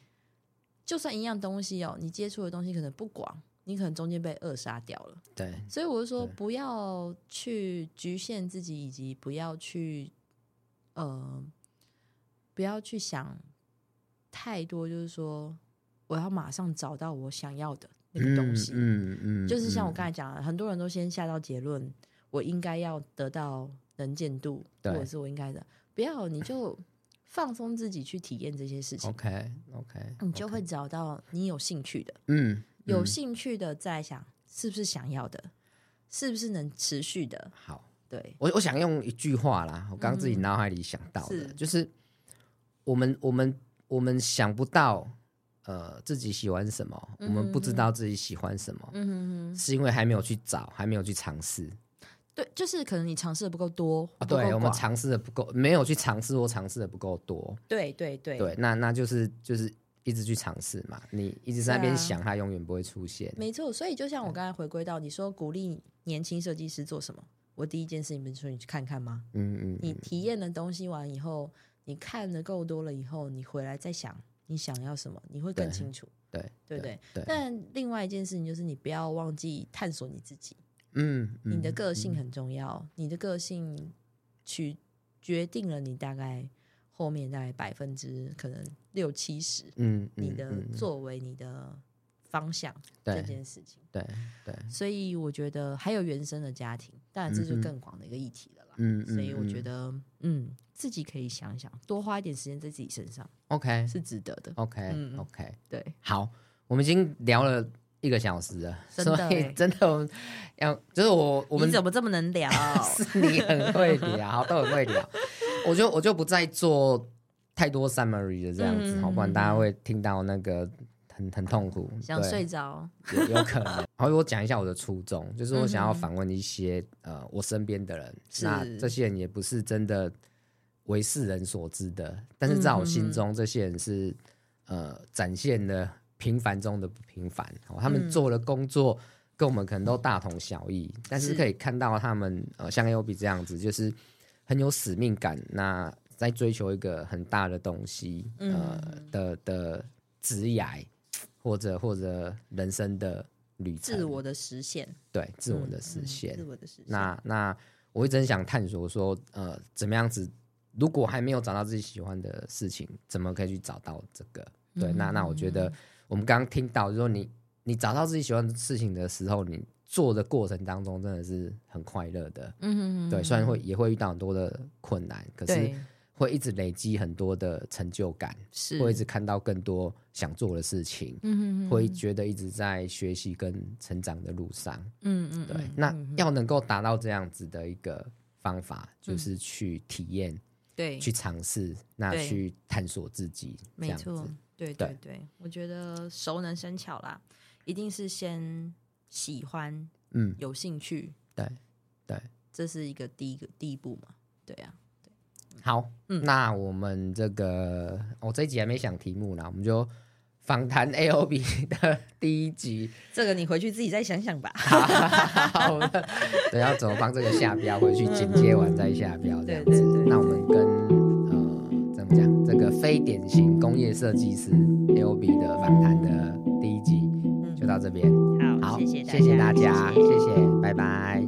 Speaker 1: 就算一样东西哦，你接触的东西可能不广，你可能中间被扼杀掉了。
Speaker 2: 对
Speaker 1: 所以我就说，
Speaker 2: 对
Speaker 1: 不要去局限自己，以及不要去呃，不要去想太多，就是说我要马上找到我想要的那个东西。
Speaker 2: 嗯嗯，
Speaker 1: 就是像我
Speaker 2: 嗯
Speaker 1: 刚才讲的，很多人都先下到结论，我应该要得到能见度，
Speaker 2: 对
Speaker 1: 或者是我应该的，不要你就放松自己去体验这些事情，
Speaker 2: OK OK，
Speaker 1: 你就会找到你有兴趣的，
Speaker 2: 嗯
Speaker 1: 有
Speaker 2: 嗯
Speaker 1: 兴趣的再想是不是想要的，是不是能持续的，
Speaker 2: 好。
Speaker 1: 对，
Speaker 2: 我我想用一句话啦，我刚自己脑海里想到的，
Speaker 1: 是
Speaker 2: 就是我们我们我们想不到呃自己喜欢什么，我们不知道自己喜欢什么，
Speaker 1: 嗯哼哼，
Speaker 2: 是因为还没有去找，还没有去尝试
Speaker 1: 对，就是可能你尝试的不够多，
Speaker 2: 啊。
Speaker 1: 不够
Speaker 2: 对，我们
Speaker 1: 广
Speaker 2: 尝试的不够，没有去尝试或尝试的不够多。
Speaker 1: 对对对
Speaker 2: 对，那那就是就是一直去尝试嘛，你一直在那边
Speaker 1: 是啊
Speaker 2: 想，它永远不会出现。
Speaker 1: 没错，所以就像我刚才回归到你说鼓励年轻设计师做什么，我第一件事情不是说你去看看吗？
Speaker 2: 嗯嗯
Speaker 1: 你体验的东西完以后，你看的够多了以后，你回来再想你想要什么，你会更
Speaker 2: 对
Speaker 1: 清楚，
Speaker 2: 对
Speaker 1: 对不对？
Speaker 2: 对，
Speaker 1: 但另外一件事情就是，你不要忘记探索你自己，
Speaker 2: 嗯，
Speaker 1: 你的
Speaker 2: 嗯
Speaker 1: 个性很重要，你的个性取决定了你大概后面大概百分之可能六七十
Speaker 2: 嗯，
Speaker 1: 你
Speaker 2: 嗯
Speaker 1: 的
Speaker 2: 嗯
Speaker 1: 作为、你的方向这
Speaker 2: 对
Speaker 1: 件事情。
Speaker 2: 对对，
Speaker 1: 所以我觉得还有原生的家庭，当然这就
Speaker 2: 嗯哼
Speaker 1: 更广的一个议题了啦。
Speaker 2: 嗯，
Speaker 1: 所以我觉
Speaker 2: 得
Speaker 1: 得，嗯，自己可以想一想，多花一点时间在自己身上
Speaker 2: OK
Speaker 1: 是值得的。
Speaker 2: OK
Speaker 1: 嗯
Speaker 2: OK，
Speaker 1: 对，
Speaker 2: 好，我们已经聊了一个小时了，
Speaker 1: 真的
Speaker 2: 所以
Speaker 1: 欸
Speaker 2: 真的我们要就是我我
Speaker 1: 我
Speaker 2: 们
Speaker 1: 们怎么这么能聊？
Speaker 2: [laughs] 是你很会聊，好都很会聊，我就我就不再做太多 summary 的这样子，
Speaker 1: 嗯
Speaker 2: 好、不然大家会听到那个很很痛苦，
Speaker 1: 想
Speaker 2: 对
Speaker 1: 睡着？
Speaker 2: 有有可能。 [laughs] 好，我讲一下我的初衷，就是我想要
Speaker 1: 嗯哼
Speaker 2: 访问一些、呃我身边的人，
Speaker 1: 是
Speaker 2: 那这些人也不是真的为世人所知的，但是在
Speaker 1: 嗯
Speaker 2: 我心中，这些人是呃展现了平凡中的不平凡、哦，他们
Speaker 1: 嗯
Speaker 2: 做的工作。跟我们可能都大同小异，但是
Speaker 1: 是
Speaker 2: 可以看到他们呃，像 A O B 这样子，就是很有使命感，那在追求一个很大的东西，呃
Speaker 1: 嗯
Speaker 2: 的的职涯，或者或者人生的旅程，
Speaker 1: 自我的实现，
Speaker 2: 对自我的
Speaker 1: 嗯
Speaker 2: 实
Speaker 1: 嗯
Speaker 2: 现。
Speaker 1: 自我的实现。
Speaker 2: 那那我一直很想探索说，呃，怎么样子，如果还没有找到自己喜欢的事情，怎么可以去找到这个？对，那那我觉
Speaker 1: 嗯
Speaker 2: 得我们刚刚听到，就是说你你找到自己喜欢的事情的时候，你做的过程当中真的是很快乐的。
Speaker 1: 嗯哼哼
Speaker 2: 对，虽然会也会遇到很多的困难，可是
Speaker 1: 对
Speaker 2: 会一直累积很多的成就感，
Speaker 1: 是
Speaker 2: 会一直看到更多想做的事情，
Speaker 1: 嗯哼哼
Speaker 2: 会觉得一直在学习跟成长的路上。
Speaker 1: 嗯嗯
Speaker 2: 对，
Speaker 1: 嗯
Speaker 2: 那
Speaker 1: 嗯
Speaker 2: 要能够达到这样子的一个方法，就是去体验、
Speaker 1: 对
Speaker 2: 去尝试，那
Speaker 1: 对
Speaker 2: 去探索自己，这
Speaker 1: 没
Speaker 2: 样子。
Speaker 1: 错，对
Speaker 2: 对
Speaker 1: 对对，我觉得熟能生巧啦，一定是先喜欢
Speaker 2: 嗯，
Speaker 1: 有兴趣，
Speaker 2: 对对，
Speaker 1: 这是一个第一个第一步嘛。对啊，
Speaker 2: 好，
Speaker 1: 嗯
Speaker 2: 那我们这个我、这一集还没想题目啦，我们就访谈 A O B 的 [laughs] 第一集。
Speaker 1: 这个你回去自己再想想吧。
Speaker 2: 好了，
Speaker 1: [laughs]
Speaker 2: 对，要怎么帮这个下标回去剪接完再下标这样
Speaker 1: 对
Speaker 2: 子
Speaker 1: 对对。
Speaker 2: 那我们跟呃怎么讲，这个非典型工业设计师 L B 的访谈的第一集
Speaker 1: 嗯
Speaker 2: 就到这边。
Speaker 1: 好，
Speaker 2: 好，
Speaker 1: 谢谢
Speaker 2: 谢大家，
Speaker 1: 谢谢
Speaker 2: 谢谢，拜拜。